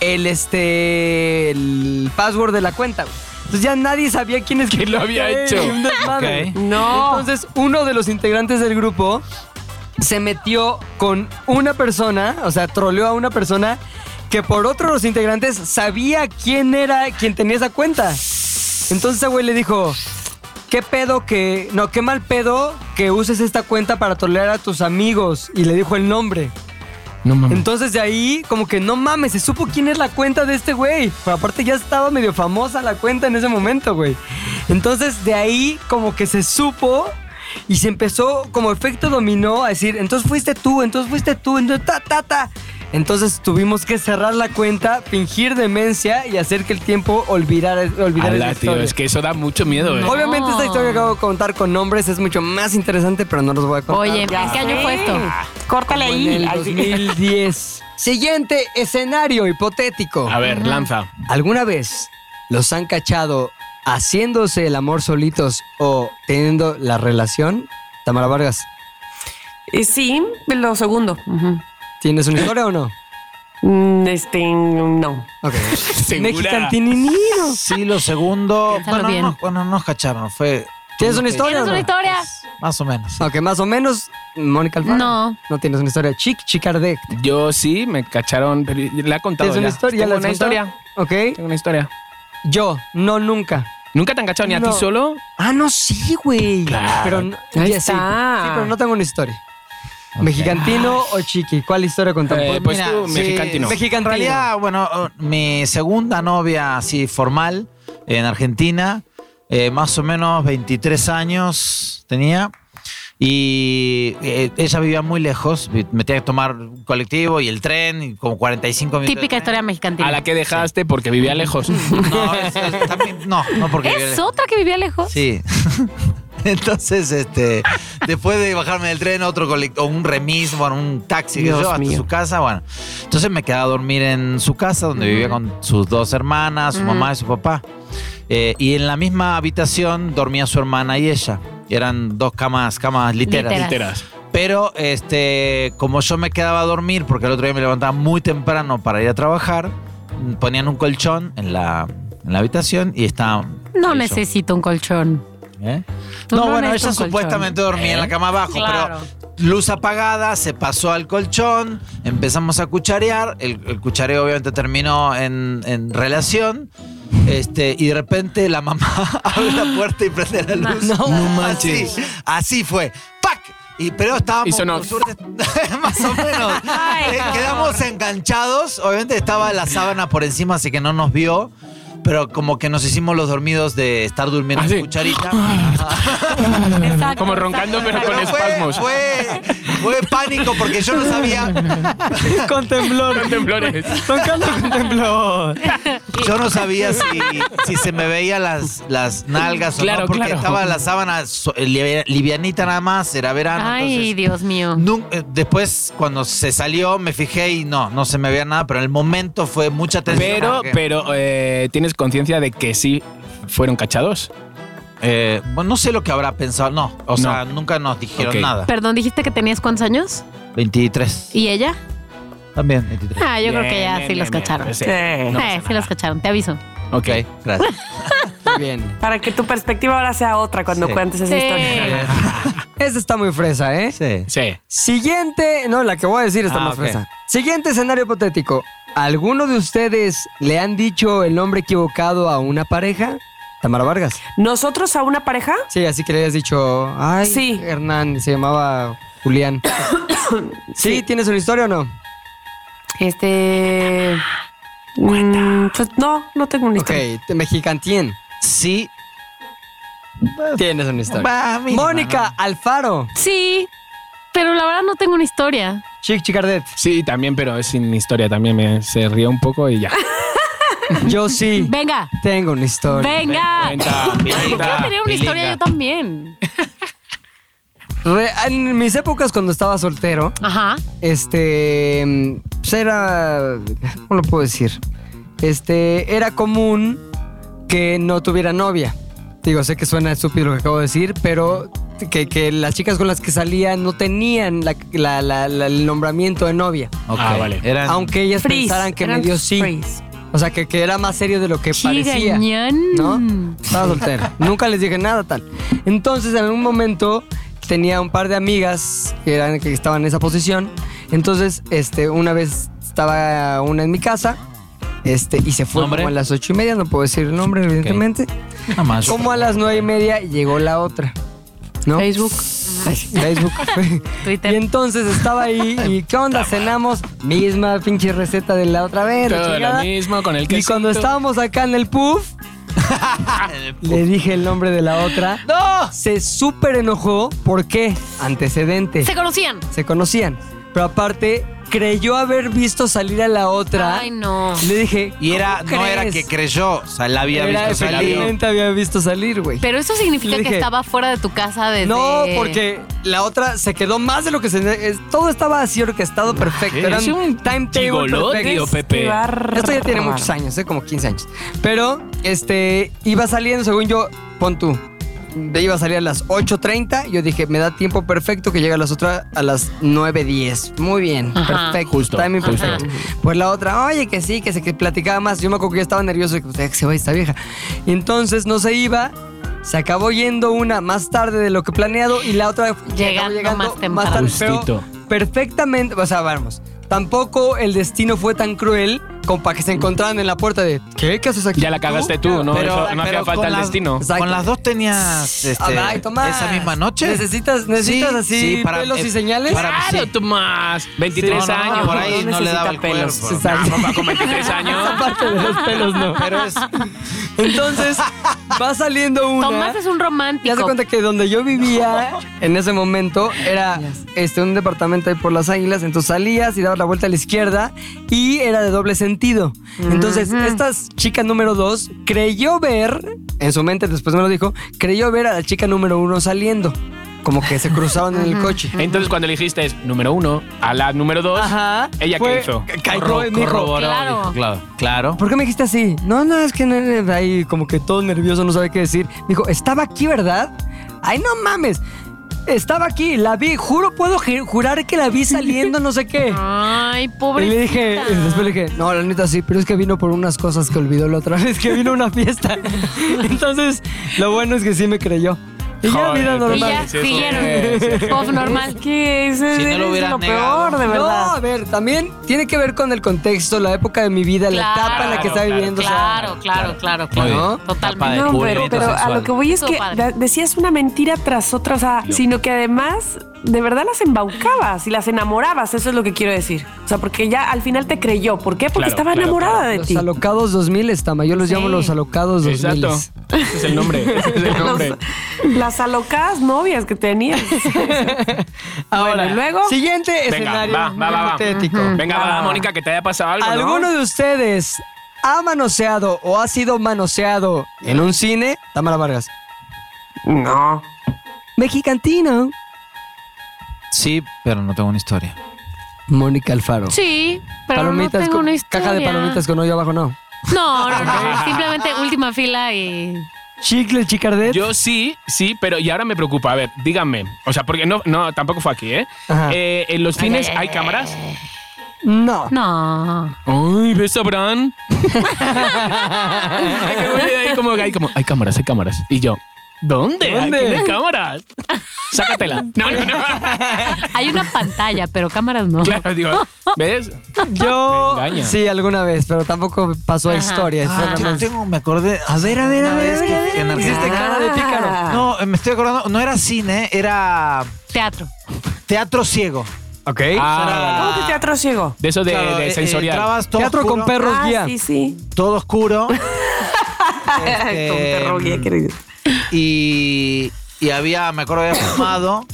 Speaker 5: el, este, el password de la cuenta. güey. Entonces ya nadie sabía quién es
Speaker 3: ¿Quién lo había
Speaker 5: Era
Speaker 3: hecho?
Speaker 5: un desmadre.
Speaker 4: Ok.
Speaker 2: No.
Speaker 5: Entonces, uno de los integrantes del grupo se metió con una persona, o sea, troleó a una persona que por otro de los integrantes sabía quién era quien tenía esa cuenta. Entonces, ese güey le dijo, ¿qué pedo que... No, qué mal pedo que uses esta cuenta para trolear a tus amigos. Y le dijo el nombre.
Speaker 3: No mames.
Speaker 5: Entonces de ahí, como que no mames, se supo quién es la cuenta de este güey. Pero aparte ya estaba medio famosa la cuenta en ese momento, güey. Entonces de ahí, como que se supo y se empezó, como efecto dominó, a decir, entonces fuiste tú, entonces fuiste tú, entonces ta, ta, ta. Entonces tuvimos que cerrar la cuenta, fingir demencia y hacer que el tiempo olvidara, olvidara esa
Speaker 3: Ala, tío,
Speaker 5: historia.
Speaker 3: es que eso da mucho miedo, eh.
Speaker 1: No.
Speaker 5: Obviamente esta historia que acabo de contar con nombres es mucho más interesante, pero no los voy a contar.
Speaker 1: Oye, ¿en qué año fue esto?
Speaker 2: Córtale
Speaker 5: Como en
Speaker 2: ahí.
Speaker 5: el
Speaker 2: Ay, sí.
Speaker 5: 2010. Siguiente escenario hipotético.
Speaker 3: A ver, lanza.
Speaker 5: ¿Alguna vez los han cachado haciéndose el amor solitos o teniendo la relación? Tamara Vargas,
Speaker 2: Eh, Sí, lo segundo. Ujú.
Speaker 5: ¿tienes una historia o no?
Speaker 2: Mm, Este, no.
Speaker 5: Ok.
Speaker 3: ¿Segura?
Speaker 5: Mexican Tininino.
Speaker 4: Sí, lo segundo.
Speaker 1: Piénsalo
Speaker 4: Bueno,
Speaker 1: bien.
Speaker 4: no, bueno, no nos cacharon, fue.
Speaker 5: ¿Tienes una
Speaker 1: ¿Tienes
Speaker 5: historia? o no?
Speaker 1: una historia?
Speaker 4: Más o menos.
Speaker 5: Ok, más o menos, Mónica Alfaro.
Speaker 1: No.
Speaker 5: No tienes una historia. Chic, Chicardec.
Speaker 3: Yo sí, me cacharon. pero Le ha contado
Speaker 5: ¿Tienes
Speaker 3: ya.
Speaker 5: una historia?
Speaker 3: Tengo
Speaker 5: ¿Ya la
Speaker 3: una
Speaker 5: has contado?
Speaker 3: historia.
Speaker 5: Ok.
Speaker 3: Tengo una historia.
Speaker 5: Yo, no nunca.
Speaker 3: ¿Nunca te han cachado ni a
Speaker 5: No.
Speaker 3: ti solo?
Speaker 5: Ah, no, sí, güey.
Speaker 3: Claro.
Speaker 5: Pero no-
Speaker 2: Ahí
Speaker 5: ya sí.
Speaker 2: está.
Speaker 5: Sí, pero no tengo una historia. ¿Mexicantino o chiqui? ¿Cuál historia contamos?
Speaker 3: Eh, pues tú,
Speaker 4: sí,
Speaker 3: mexicantino.
Speaker 5: Mexicantino.
Speaker 4: En realidad, bueno, eh, mi segunda novia así formal en Argentina, eh, más o menos 23 años tenía. Y eh, ella vivía muy lejos, vi- me tenía que tomar un colectivo y el tren, y como 45 minutos. de
Speaker 1: Típica
Speaker 4: tren.
Speaker 1: historia
Speaker 3: A
Speaker 1: mexicantina.
Speaker 3: la que dejaste porque vivía lejos.
Speaker 4: No, es- es- también- no, no porque vivía
Speaker 1: ¿Es
Speaker 4: lejos.
Speaker 1: otra que vivía lejos?
Speaker 4: Sí. Entonces, este, después de bajarme del tren, otro colect- o un remis, bueno, un taxi que
Speaker 2: Dios
Speaker 4: yo, hasta
Speaker 2: mío.
Speaker 4: su casa, bueno. Entonces me quedaba a dormir en su casa, donde vivía con sus dos hermanas, su mamá y su papá. Eh, y en la misma habitación dormía su hermana y ella. Eran dos camas, camas literas.
Speaker 1: Literas.
Speaker 3: Enteras.
Speaker 4: Pero este, como yo me quedaba a dormir, porque el otro día me levantaba muy temprano para ir a trabajar, ponían un colchón en la, en la habitación y estaba.
Speaker 1: No
Speaker 4: ahí yo.
Speaker 1: necesito un colchón.
Speaker 4: ¿Eh?
Speaker 1: Tú
Speaker 4: No,
Speaker 1: no
Speaker 4: bueno,
Speaker 1: eres
Speaker 4: ella
Speaker 1: un colchón.
Speaker 4: supuestamente dormía en la cama abajo,
Speaker 1: Claro.
Speaker 4: pero luz apagada, se pasó al colchón, empezamos a cucharear, el, el cuchareo obviamente terminó en, en relación, este, y de repente la mamá abre la puerta y prende la luz.
Speaker 5: No, no
Speaker 4: manches. Así, así fue. ¡Pac! Y, pero estábamos
Speaker 3: Y sonó.
Speaker 4: por suerte, más o menos.
Speaker 1: Ay,
Speaker 4: Eh,
Speaker 1: no.
Speaker 4: Quedamos enganchados. Obviamente estaba la sábana por encima, así que no nos vio. Pero como que nos hicimos los dormidos de estar durmiendo
Speaker 3: Ah,
Speaker 4: en
Speaker 3: sí.
Speaker 4: cucharita.
Speaker 1: Exacto,
Speaker 3: Como roncando,
Speaker 1: exacto,
Speaker 3: pero con
Speaker 1: exacto.
Speaker 4: fue,
Speaker 3: espasmos.
Speaker 4: Fue, fue pánico porque yo no sabía,
Speaker 5: Con temblor.
Speaker 3: Con temblores.
Speaker 5: Roncando con temblor.
Speaker 4: yo no sabía si, si se me veían las, las nalgas o
Speaker 3: Claro,
Speaker 4: no, porque
Speaker 3: claro.
Speaker 4: estaba la sábana so- li- livianita nada más, era verano.
Speaker 1: Ay,
Speaker 4: entonces,
Speaker 1: Dios mío.
Speaker 4: nun- eh, después, cuando se salió, me fijé y no, no se me veía nada, pero en el momento fue mucha tensión.
Speaker 3: Pero,
Speaker 4: porque-
Speaker 3: pero, eh, ¿tienes conciencia de que sí fueron cachados?
Speaker 4: Eh, bueno, no sé lo que habrá pensado, no. O sea, nunca nos dijeron
Speaker 3: Ok.
Speaker 4: nada.
Speaker 1: Perdón, dijiste que tenías cuántos años?
Speaker 4: 23.
Speaker 1: ¿Y ella?
Speaker 4: También 23.
Speaker 1: Ah, yo creo que
Speaker 3: Bien,
Speaker 1: ya
Speaker 3: bien,
Speaker 1: sí
Speaker 3: bien,
Speaker 1: los
Speaker 3: bien. Pues
Speaker 1: cacharon.
Speaker 3: Sí.
Speaker 2: Sí.
Speaker 3: No
Speaker 1: Eh,
Speaker 3: pasa
Speaker 1: sí los
Speaker 3: nada.
Speaker 1: cacharon, te aviso.
Speaker 3: Ok.
Speaker 4: Ok, gracias.
Speaker 5: Muy bien.
Speaker 2: Para que tu perspectiva ahora sea otra cuando
Speaker 4: Sí.
Speaker 2: cuentes esa
Speaker 1: Sí.
Speaker 2: historia.
Speaker 5: Esta está muy fresa, ¿eh?
Speaker 4: Eh, Sí.
Speaker 3: Sí.
Speaker 5: Siguiente. No, la que voy a decir está
Speaker 4: Ah,
Speaker 5: más
Speaker 4: ok.
Speaker 5: fresa. Siguiente escenario hipotético. ¿Alguno de ustedes le han dicho el nombre equivocado a una pareja? Tamara Vargas.
Speaker 2: ¿Nosotros a una pareja?
Speaker 5: Sí, así que le hayas dicho. Ay,
Speaker 2: Sí.
Speaker 5: Hernán, se llamaba Julián. sí, ¿tienes una historia o no?
Speaker 2: Este. mm, pues, no, no tengo una
Speaker 5: Ok,
Speaker 2: historia.
Speaker 5: te- Mexicantien.
Speaker 4: Sí.
Speaker 5: Tienes una historia.
Speaker 4: Bah, mira,
Speaker 5: Mónica Alfaro.
Speaker 1: Sí, pero la verdad no tengo una historia.
Speaker 5: Chic Chicardet.
Speaker 3: Sí, también, pero es sin historia. También me, se rió un poco y ya.
Speaker 5: Yo sí.
Speaker 1: Venga,
Speaker 5: Tengo una historia.
Speaker 1: venga.
Speaker 3: Cuenta,
Speaker 1: Quiero
Speaker 3: cuenta.
Speaker 1: tener una historia yo también.
Speaker 5: Re- en mis épocas cuando estaba soltero,
Speaker 1: Ajá.
Speaker 5: este, mm, pues era, ¿cómo lo puedo decir? Este, era común que no tuviera novia. Digo, sé que suena estúpido lo que acabo de decir, pero que, que las chicas con las que salía no tenían la- la- la- la- el nombramiento de novia.
Speaker 4: Ok,
Speaker 3: Ah, vale.
Speaker 4: eran-
Speaker 5: Aunque ellas
Speaker 2: Freeze,
Speaker 5: pensaran que
Speaker 2: eran
Speaker 5: me dio sí.
Speaker 2: freeze.
Speaker 5: O sea, que, que era más serio de lo que parecía.
Speaker 1: Chigañán.
Speaker 5: ¿no? Estaba soltera. Nunca les dije nada tal. Entonces, en algún momento tenía un par de amigas que, eran, que estaban en esa posición. Entonces, este, una vez estaba una en mi casa este, y se fue
Speaker 4: ¿Nombre?
Speaker 5: como a las ocho y media. No puedo decir el nombre, evidentemente.
Speaker 4: Nada más.
Speaker 5: Como a las nueve y media llegó la otra. ¿No?
Speaker 2: Facebook.
Speaker 5: Facebook.
Speaker 1: Twitter.
Speaker 5: Y entonces estaba ahí y ¿qué onda? Cenamos misma pinche receta de la otra vez. la
Speaker 3: Todo lo
Speaker 5: chingada.
Speaker 3: mismo con el que.
Speaker 5: Y cuando estábamos acá en el puff, le dije el nombre de la otra.
Speaker 4: ¡No!
Speaker 5: Se súper enojó. ¿Por qué? Antecedente.
Speaker 1: Se conocían.
Speaker 5: Se conocían. Pero aparte, creyó haber visto salir a la otra.
Speaker 1: Ay, no.
Speaker 5: Y Le dije.
Speaker 4: Y era,
Speaker 5: "¿Cómo
Speaker 4: no era
Speaker 5: crees?".
Speaker 4: que creyó, o sea, la había
Speaker 5: Era,
Speaker 4: visto salir.
Speaker 5: efectivamente había visto salir, güey.
Speaker 1: Pero eso significa
Speaker 5: Le
Speaker 1: que
Speaker 5: dije-
Speaker 1: estaba fuera de tu casa desde.
Speaker 5: No, porque la otra se quedó más de lo que se. es- todo estaba así orquestado perfecto. Era
Speaker 3: Es un
Speaker 5: un timetable
Speaker 3: gigoló, tío
Speaker 5: perfecto.
Speaker 2: Este
Speaker 3: Pepe.
Speaker 5: Esto ya tiene muchos años, ¿eh? como 15 años. Pero, este, iba saliendo, según yo, pon tú. de- Iba a salir a las 8.30. Yo dije, me da tiempo perfecto que llegue a las otras a las 9.10. Muy bien,
Speaker 1: Ajá.
Speaker 5: perfecto.
Speaker 3: Justo,
Speaker 5: Timing
Speaker 1: justo.
Speaker 5: perfecto. Pues la otra, oye, que sí, que se que platicaba más. Yo me acuerdo que yo estaba nervioso de que, "Puta, que se vaya esta vieja. Y entonces no se iba. Se acabó yendo una más tarde de lo que planeado y la otra acabó
Speaker 1: Llegando más temprano.
Speaker 5: tarde, pero
Speaker 3: Justito.
Speaker 5: perfectamente, o sea, vamos, tampoco el destino fue tan cruel como para que se encontraran en la puerta de ¿qué? ¿Qué haces aquí?
Speaker 3: Ya la cagaste tú, ¿no?
Speaker 4: Pero-
Speaker 3: Eso no hacía
Speaker 4: pero con
Speaker 3: falta el
Speaker 4: las-
Speaker 3: destino.
Speaker 5: Exacto.
Speaker 4: Con las dos tenías este,
Speaker 5: Ay, Tomás.
Speaker 4: esa misma noche.
Speaker 5: Necesitas- necesitas así pelos y señales.
Speaker 3: Claro,
Speaker 4: eh, sí.
Speaker 3: Tomás. 23
Speaker 4: No, no,
Speaker 3: años.
Speaker 4: Por ahí
Speaker 2: No
Speaker 4: no, le daba el
Speaker 2: necesita pelos.
Speaker 4: cuerpo.
Speaker 5: Exacto.
Speaker 3: Ah, papá, con 23 años.
Speaker 5: Esa parte de los pelos
Speaker 4: Pero
Speaker 5: no.
Speaker 4: es
Speaker 5: Entonces, va saliendo una.
Speaker 1: Tomás es un romántico.
Speaker 5: Ya se cuenta que donde yo vivía en ese momento era este, un departamento ahí por las águilas, entonces salías y dabas la vuelta a la izquierda y era de doble sentido. Entonces, esta chica número dos creyó ver, en su mente después me lo dijo, creyó ver a la chica número uno saliendo, como que se cruzaban en el coche.
Speaker 3: Entonces, cuando elegiste es número uno a la número dos,
Speaker 5: Ajá.
Speaker 3: ¿ella qué
Speaker 5: Fue-
Speaker 3: hizo?
Speaker 5: Cayó y me dijo,
Speaker 1: Claro.
Speaker 4: dijo, claro. Claro.
Speaker 5: ¿Por qué me dijiste así? No, no, es que no, no, ahí como que todo nervioso, no sabe qué decir. Me dijo, estaba aquí, ¿verdad? Ay, no mames. Estaba aquí, la vi, juro, puedo ju- jurar que la vi saliendo, no sé qué.
Speaker 1: Ay, pobre.
Speaker 5: Y le dije, y después le dije, no, la neta sí, pero es que vino por unas cosas que olvidó la otra vez, que vino a una fiesta. Entonces, lo bueno es que sí me creyó. Y ya
Speaker 3: Joder,
Speaker 5: vida
Speaker 1: Y ya
Speaker 3: Sí,
Speaker 5: normal.
Speaker 3: sí, sí.
Speaker 1: siguieron. Pop normal.
Speaker 2: Que ese
Speaker 4: Si no lo
Speaker 2: es lo,
Speaker 4: hubieran negado.
Speaker 2: peor, de
Speaker 5: No,
Speaker 2: verdad.
Speaker 5: a ver, también tiene que ver con el contexto, la época de mi vida, la
Speaker 1: Claro,
Speaker 5: etapa en la que estaba
Speaker 3: claro,
Speaker 5: viviendo. o sea,
Speaker 1: Claro, claro, claro,
Speaker 4: Muy bien.
Speaker 1: claro.
Speaker 4: Tapa de
Speaker 1: Totalmente.
Speaker 2: No,
Speaker 4: culo,
Speaker 2: pero, pero a
Speaker 4: heterosexual.
Speaker 2: lo que voy es
Speaker 1: Estuvo
Speaker 2: que
Speaker 1: padre.
Speaker 2: da- decías una mentira tras otra, o sea, sino que además de verdad las embaucabas y las enamorabas, eso es lo que quiero decir. O sea, porque ya al final te creyó. ¿Por qué? Porque
Speaker 3: Claro,
Speaker 2: estaba
Speaker 3: claro,
Speaker 2: enamorada de
Speaker 5: Los
Speaker 2: ti.
Speaker 5: alocados 2000, Estama. Yo los
Speaker 1: Sí.
Speaker 5: llamo los alocados 2000.
Speaker 3: Exacto. Ese es el nombre. Ese es el nombre.
Speaker 2: Los- las alocadas novias que tenías.
Speaker 5: Ahora,
Speaker 2: Bueno, ¿y luego?
Speaker 5: Siguiente
Speaker 3: Venga,
Speaker 5: escenario
Speaker 3: va, va, va. va.
Speaker 5: hipotético.
Speaker 3: Venga, va, Mónica, que te haya pasado algo. ¿no?
Speaker 5: Ah. ¿Alguno de ustedes ha manoseado o ha sido manoseado en un cine? Tamara Vargas.
Speaker 2: No.
Speaker 5: Mexicantino.
Speaker 4: Sí, pero no tengo una historia.
Speaker 5: Mónica Alfaro.
Speaker 1: Sí, pero
Speaker 5: Palomitas
Speaker 1: no tengo
Speaker 5: con-
Speaker 1: una historia.
Speaker 5: Caja de palomitas con hoyo abajo, no.
Speaker 1: No, no, no. Simplemente última fila y.
Speaker 5: Chicle, chicardet.
Speaker 3: Yo sí, sí, pero y ahora me preocupa. A ver, díganme. O sea, porque no, no tampoco fue aquí, ¿eh?
Speaker 5: Ajá.
Speaker 3: Eh, en los cines hay cámaras.
Speaker 5: No.
Speaker 1: No.
Speaker 3: Ay, ¿ves sabrán? Ay, que voy ahí como, ahí como, hay cámaras, hay cámaras. Y yo, ¿dónde?
Speaker 5: ¿Dónde?
Speaker 3: ¿Dónde? hay cámaras? Sácatela. No, no, no.
Speaker 1: Hay una pantalla, pero cámaras no.
Speaker 3: Claro, digo, ¿ves?
Speaker 5: Yo.
Speaker 3: Me engaña.
Speaker 5: Sí, alguna vez, pero tampoco pasó a
Speaker 1: Ajá.
Speaker 5: historia. fue nada
Speaker 4: Ah, yo
Speaker 5: más.
Speaker 4: tengo, me acordé. A ver, a ver, a
Speaker 5: Una
Speaker 4: ver.
Speaker 5: vez
Speaker 4: es que-
Speaker 5: que-
Speaker 4: en Argentina-
Speaker 5: Hiciste cara de
Speaker 2: Ah.
Speaker 5: pícaro.
Speaker 4: No, eh, me estoy acordando. No era cine, era
Speaker 1: Teatro.
Speaker 4: teatro ciego.
Speaker 5: Ok.
Speaker 3: Ah,
Speaker 2: ¿Cómo que teatro ciego?
Speaker 3: de eso de,
Speaker 4: Claro, eh,
Speaker 3: de
Speaker 4: eh,
Speaker 3: sensorial.
Speaker 4: entrabas todo
Speaker 5: Teatro
Speaker 4: oscuro,
Speaker 5: con perros
Speaker 2: ah,
Speaker 5: guía.
Speaker 2: sí, sí.
Speaker 4: Todo oscuro. Este,
Speaker 2: Con perro guía, querido.
Speaker 4: y, y había, me acuerdo, había fumado.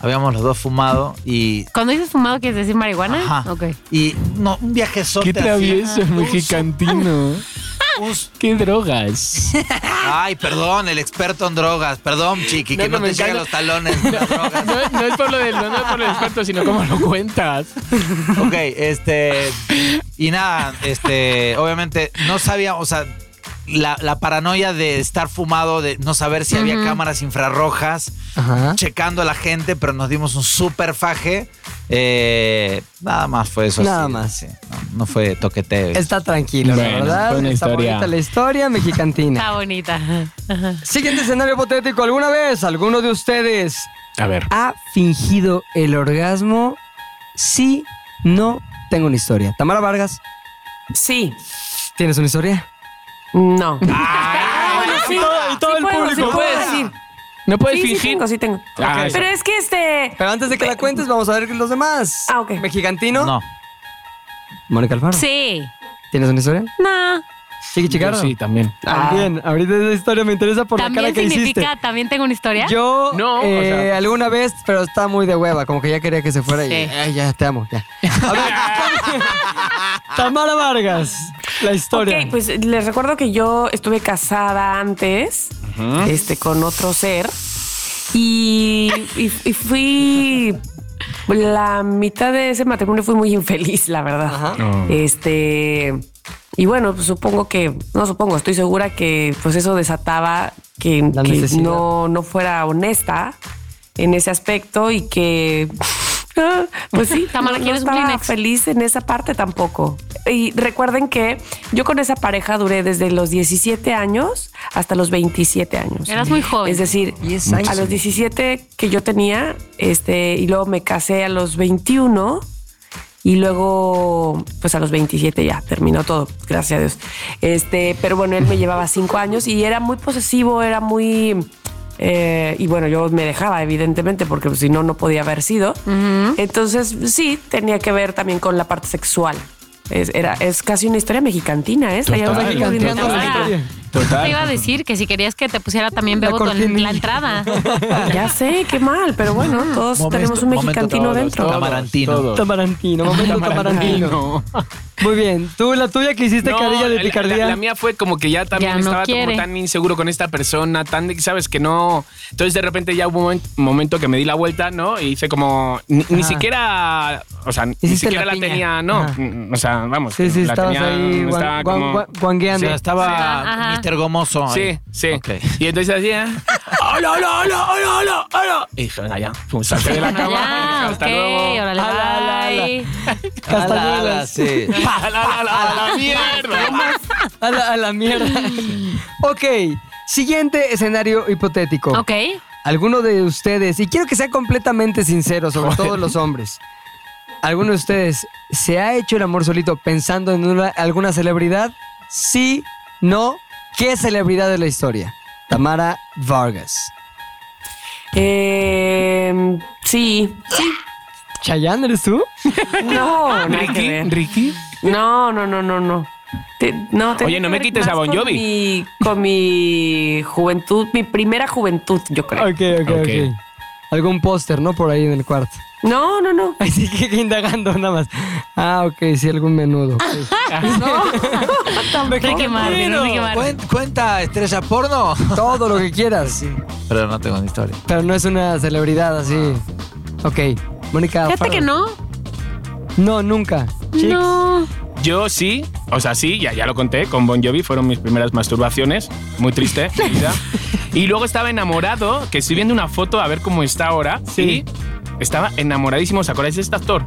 Speaker 4: Habíamos los dos fumado y.
Speaker 1: Cuando dices fumado, ¿quieres decir marihuana?
Speaker 4: Ajá.
Speaker 1: Ok.
Speaker 4: Y no, un viaje
Speaker 3: Qué travieso mexicantino.
Speaker 4: us-
Speaker 3: ¿Qué drogas?
Speaker 4: Ay, perdón, el experto en drogas. Perdón, chiqui,
Speaker 3: No,
Speaker 4: que no,
Speaker 3: no, me
Speaker 4: te llegan
Speaker 3: encanta.
Speaker 4: los talones de las drogas.
Speaker 3: No, no es por lo del, no es por el experto, sino cómo lo cuentas.
Speaker 4: Ok, este. Y nada, este. Obviamente, no sabía, o sea, la, la paranoia de estar fumado, de no saber si había cámaras infrarrojas,
Speaker 5: Ajá.
Speaker 4: checando a la gente, pero nos dimos un super faje. Eh, nada más fue eso.
Speaker 5: Nada
Speaker 4: sí,
Speaker 5: más.
Speaker 4: sí, no, no fue toqueteo.
Speaker 5: Está tranquilo, la
Speaker 3: Bueno,
Speaker 5: verdad.
Speaker 3: fue una
Speaker 5: Está
Speaker 3: historia.
Speaker 5: bonita la historia mexicantina.
Speaker 1: Está bonita.
Speaker 5: Siguiente escenario hipotético. ¿Alguna vez alguno de ustedes
Speaker 3: A ver.
Speaker 5: ha fingido el orgasmo? Sí, no, tengo una historia. Tamara Vargas,
Speaker 2: Sí.
Speaker 5: ¿tienes una historia?
Speaker 2: No.
Speaker 3: bueno, sí. Y todo el
Speaker 2: puedo,
Speaker 3: público.
Speaker 2: sí puedo
Speaker 3: Puedes-
Speaker 2: decir.
Speaker 3: No puedes
Speaker 2: Sí, sí
Speaker 3: fingir.
Speaker 2: tengo, sí tengo.
Speaker 3: Ah,
Speaker 2: Pero es que este...
Speaker 5: Pero antes de que la cuentes, vamos a ver los demás.
Speaker 2: Ah, ok.
Speaker 5: Mexicantino.
Speaker 4: No.
Speaker 5: Mónica Alfaro.
Speaker 1: Sí.
Speaker 5: ¿Tienes una historia?
Speaker 1: No.
Speaker 5: Chiqui Chicardo.
Speaker 3: Yo sí, también.
Speaker 5: También. Ahorita esa historia me interesa por la cara
Speaker 1: También
Speaker 5: que
Speaker 1: significa,
Speaker 5: hiciste.
Speaker 1: también tengo una historia.
Speaker 5: Yo
Speaker 3: No, o
Speaker 5: eh,
Speaker 3: sea- pues,
Speaker 5: alguna vez, pero está muy de hueva, como que ya quería que se fuera y
Speaker 1: Sí.
Speaker 5: ay, ya te amo, ya. A ver, Tamara Vargas, la historia.
Speaker 2: Ok, pues les recuerdo que yo estuve casada antes este, con otro ser y, y- y fui... La mitad de ese matrimonio fui muy infeliz, la verdad.
Speaker 5: Ajá.
Speaker 1: Oh.
Speaker 3: No.
Speaker 2: Este... Y bueno, pues supongo que, no supongo, estoy segura que pues eso desataba que,
Speaker 5: La
Speaker 2: que
Speaker 5: necesidad.
Speaker 2: no, no fuera honesta en ese aspecto y que, ah, pues sí,
Speaker 1: Tamara,
Speaker 2: no, no
Speaker 1: ¿quieres un
Speaker 2: estaba
Speaker 1: Kleenex?
Speaker 2: feliz en esa parte tampoco. Y recuerden que yo con esa pareja duré desde los 17 años hasta los 27 años.
Speaker 1: Eras muy joven.
Speaker 2: Es decir,
Speaker 5: 10 años.
Speaker 2: a los 17 que yo tenía, este, y luego me casé a los 21 y luego, pues a los 27 ya terminó todo, gracias a Dios. Este, pero bueno, él me llevaba cinco años y era muy posesivo, era muy. eh, y bueno, yo me dejaba, evidentemente, porque pues, si no, no podía haber sido. Entonces, sí, tenía que ver también con la parte sexual. Es, era, es casi una historia mexicantina, ¿eh? La
Speaker 3: Total,
Speaker 2: llevamos aquí cubriendo
Speaker 5: Cambiando la
Speaker 2: todo.
Speaker 5: historia.
Speaker 1: Te iba a
Speaker 3: Total.
Speaker 1: decir que si querías que te pusiera también
Speaker 5: La
Speaker 1: Beboto en
Speaker 5: cortina.
Speaker 1: la entrada.
Speaker 2: Ya sé, qué mal, pero bueno, todos
Speaker 4: Momento,
Speaker 2: tenemos un
Speaker 4: momento,
Speaker 2: mexicantino
Speaker 4: todos,
Speaker 2: dentro.
Speaker 4: todos. Tamarantino.
Speaker 5: Tamarantino, momento Tamarantino. Muy bien, tú la tuya que hiciste
Speaker 3: No,
Speaker 5: carilla ¿Este de
Speaker 3: la-
Speaker 5: picardía.
Speaker 3: La, la mía fue como que ya también
Speaker 1: Ya no
Speaker 3: estaba
Speaker 1: quiere.
Speaker 3: como tan inseguro con esta persona, tan de- sabes que no. Entonces de repente ya hubo un momen- momento que me di la vuelta, ¿no? Y hice como ni, ni
Speaker 5: Ajá.
Speaker 3: siquiera, o sea, ni
Speaker 5: Hiciste
Speaker 3: siquiera
Speaker 5: la
Speaker 3: la,
Speaker 5: piña.
Speaker 3: tenía, no,
Speaker 5: Ajá.
Speaker 3: mm, o sea, vamos,
Speaker 5: Sí, sí,
Speaker 3: la
Speaker 5: estabas
Speaker 3: tenía,
Speaker 5: ahí guan-
Speaker 3: estaba
Speaker 5: guan-
Speaker 3: como-
Speaker 5: guan- guangueando.
Speaker 4: O sea, estaba
Speaker 1: Ajá, ajá.
Speaker 4: Mr. Gomoso. ahí.
Speaker 3: Sí, sí.
Speaker 4: Ok.
Speaker 3: Y entonces ¿eh? hacía. ¡Hola, hola, hola, hola, hola! hola! Y dije, venga, ya. Pum, salté de la cama.
Speaker 1: Ya,
Speaker 3: dije,
Speaker 1: ok,
Speaker 3: hasta luego.
Speaker 1: órale,
Speaker 5: Ala, ala, ala.
Speaker 1: bye.
Speaker 4: Ala,
Speaker 3: Ah,
Speaker 4: ala, Ah, sí.
Speaker 3: ¡A la, a la, a la mierda!
Speaker 5: A la, a la mierda. ok, siguiente escenario hipotético.
Speaker 1: Ok.
Speaker 5: alguno de ustedes, y quiero que sea completamente sincero, sobre todo los hombres, ¿alguno de ustedes se ha hecho el amor solito pensando en una- alguna celebridad? Sí, no, ¿qué celebridad de la historia? Tamara Vargas.
Speaker 2: Eh, sí.
Speaker 5: ¿Chayanne eres tú?
Speaker 2: No, nada que
Speaker 3: ¿Ricky?
Speaker 2: ver.
Speaker 3: ¿Ricky?
Speaker 2: No, no, no, no, no. Te- no tenía
Speaker 3: Oye, no
Speaker 2: que
Speaker 3: me
Speaker 2: ver
Speaker 3: quites
Speaker 2: más
Speaker 3: a Bon Jovi.
Speaker 2: Con mi, con mi juventud, mi primera juventud, yo creo.
Speaker 5: Ok, ok, ok.
Speaker 3: Ok.
Speaker 5: Algún póster, ¿no? Por ahí en el cuarto.
Speaker 2: No, no, no.
Speaker 5: Así que indagando nada más. Ah, ok, sí, algún menudo. ok.
Speaker 1: Ricky Martin, Ricky
Speaker 4: Bueno,
Speaker 1: Martin.
Speaker 4: cuen- cuenta estrella porno.
Speaker 5: Todo lo que quieras.
Speaker 4: Pero no tengo ni historia.
Speaker 5: Pero no es una celebridad así. Ok. Mónica.
Speaker 1: Fíjate
Speaker 5: Alfaro.
Speaker 1: que no.
Speaker 5: No, nunca. Chicks.
Speaker 1: No.
Speaker 3: Yo sí, o sea, sí, ya, ya lo conté, con Bon Jovi fueron mis primeras masturbaciones, muy triste, mi vida. Y luego estaba enamorado, que estoy viendo una foto a ver cómo está ahora,
Speaker 5: Sí.
Speaker 3: y estaba enamoradísimo, ¿os acordáis de este actor?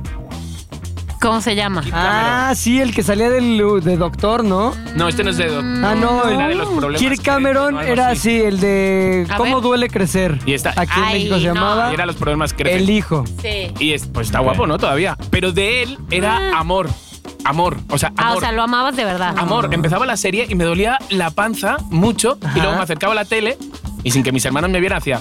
Speaker 1: ¿Cómo se llama?
Speaker 5: Ah, sí, el que salía del de doctor, ¿no?
Speaker 3: No, este no es dedo.
Speaker 1: Mm,
Speaker 5: ah, no,
Speaker 3: Era de los
Speaker 5: el
Speaker 3: problemas
Speaker 5: Kirk Cameron
Speaker 3: creciendo, algo
Speaker 5: era así, el de
Speaker 1: A
Speaker 5: ¿Cómo
Speaker 1: ver.
Speaker 5: duele crecer?
Speaker 3: Y está-
Speaker 5: Aquí en
Speaker 1: Ay,
Speaker 5: México se
Speaker 1: no.
Speaker 5: llamaba
Speaker 3: Y era los problemas que
Speaker 5: El hijo.
Speaker 1: Sí.
Speaker 3: Y es- pues está guapo, ¿no? Todavía. Pero de él era
Speaker 1: Ah.
Speaker 3: amor. Amor. O sea,
Speaker 1: Ah,
Speaker 3: amor.
Speaker 1: o sea, lo amabas de verdad.
Speaker 3: Amor. Empezaba la serie y me dolía la panza mucho. Y luego
Speaker 5: Ajá.
Speaker 3: me acercaba a la tele y sin que mis hermanos me vieran, hacía.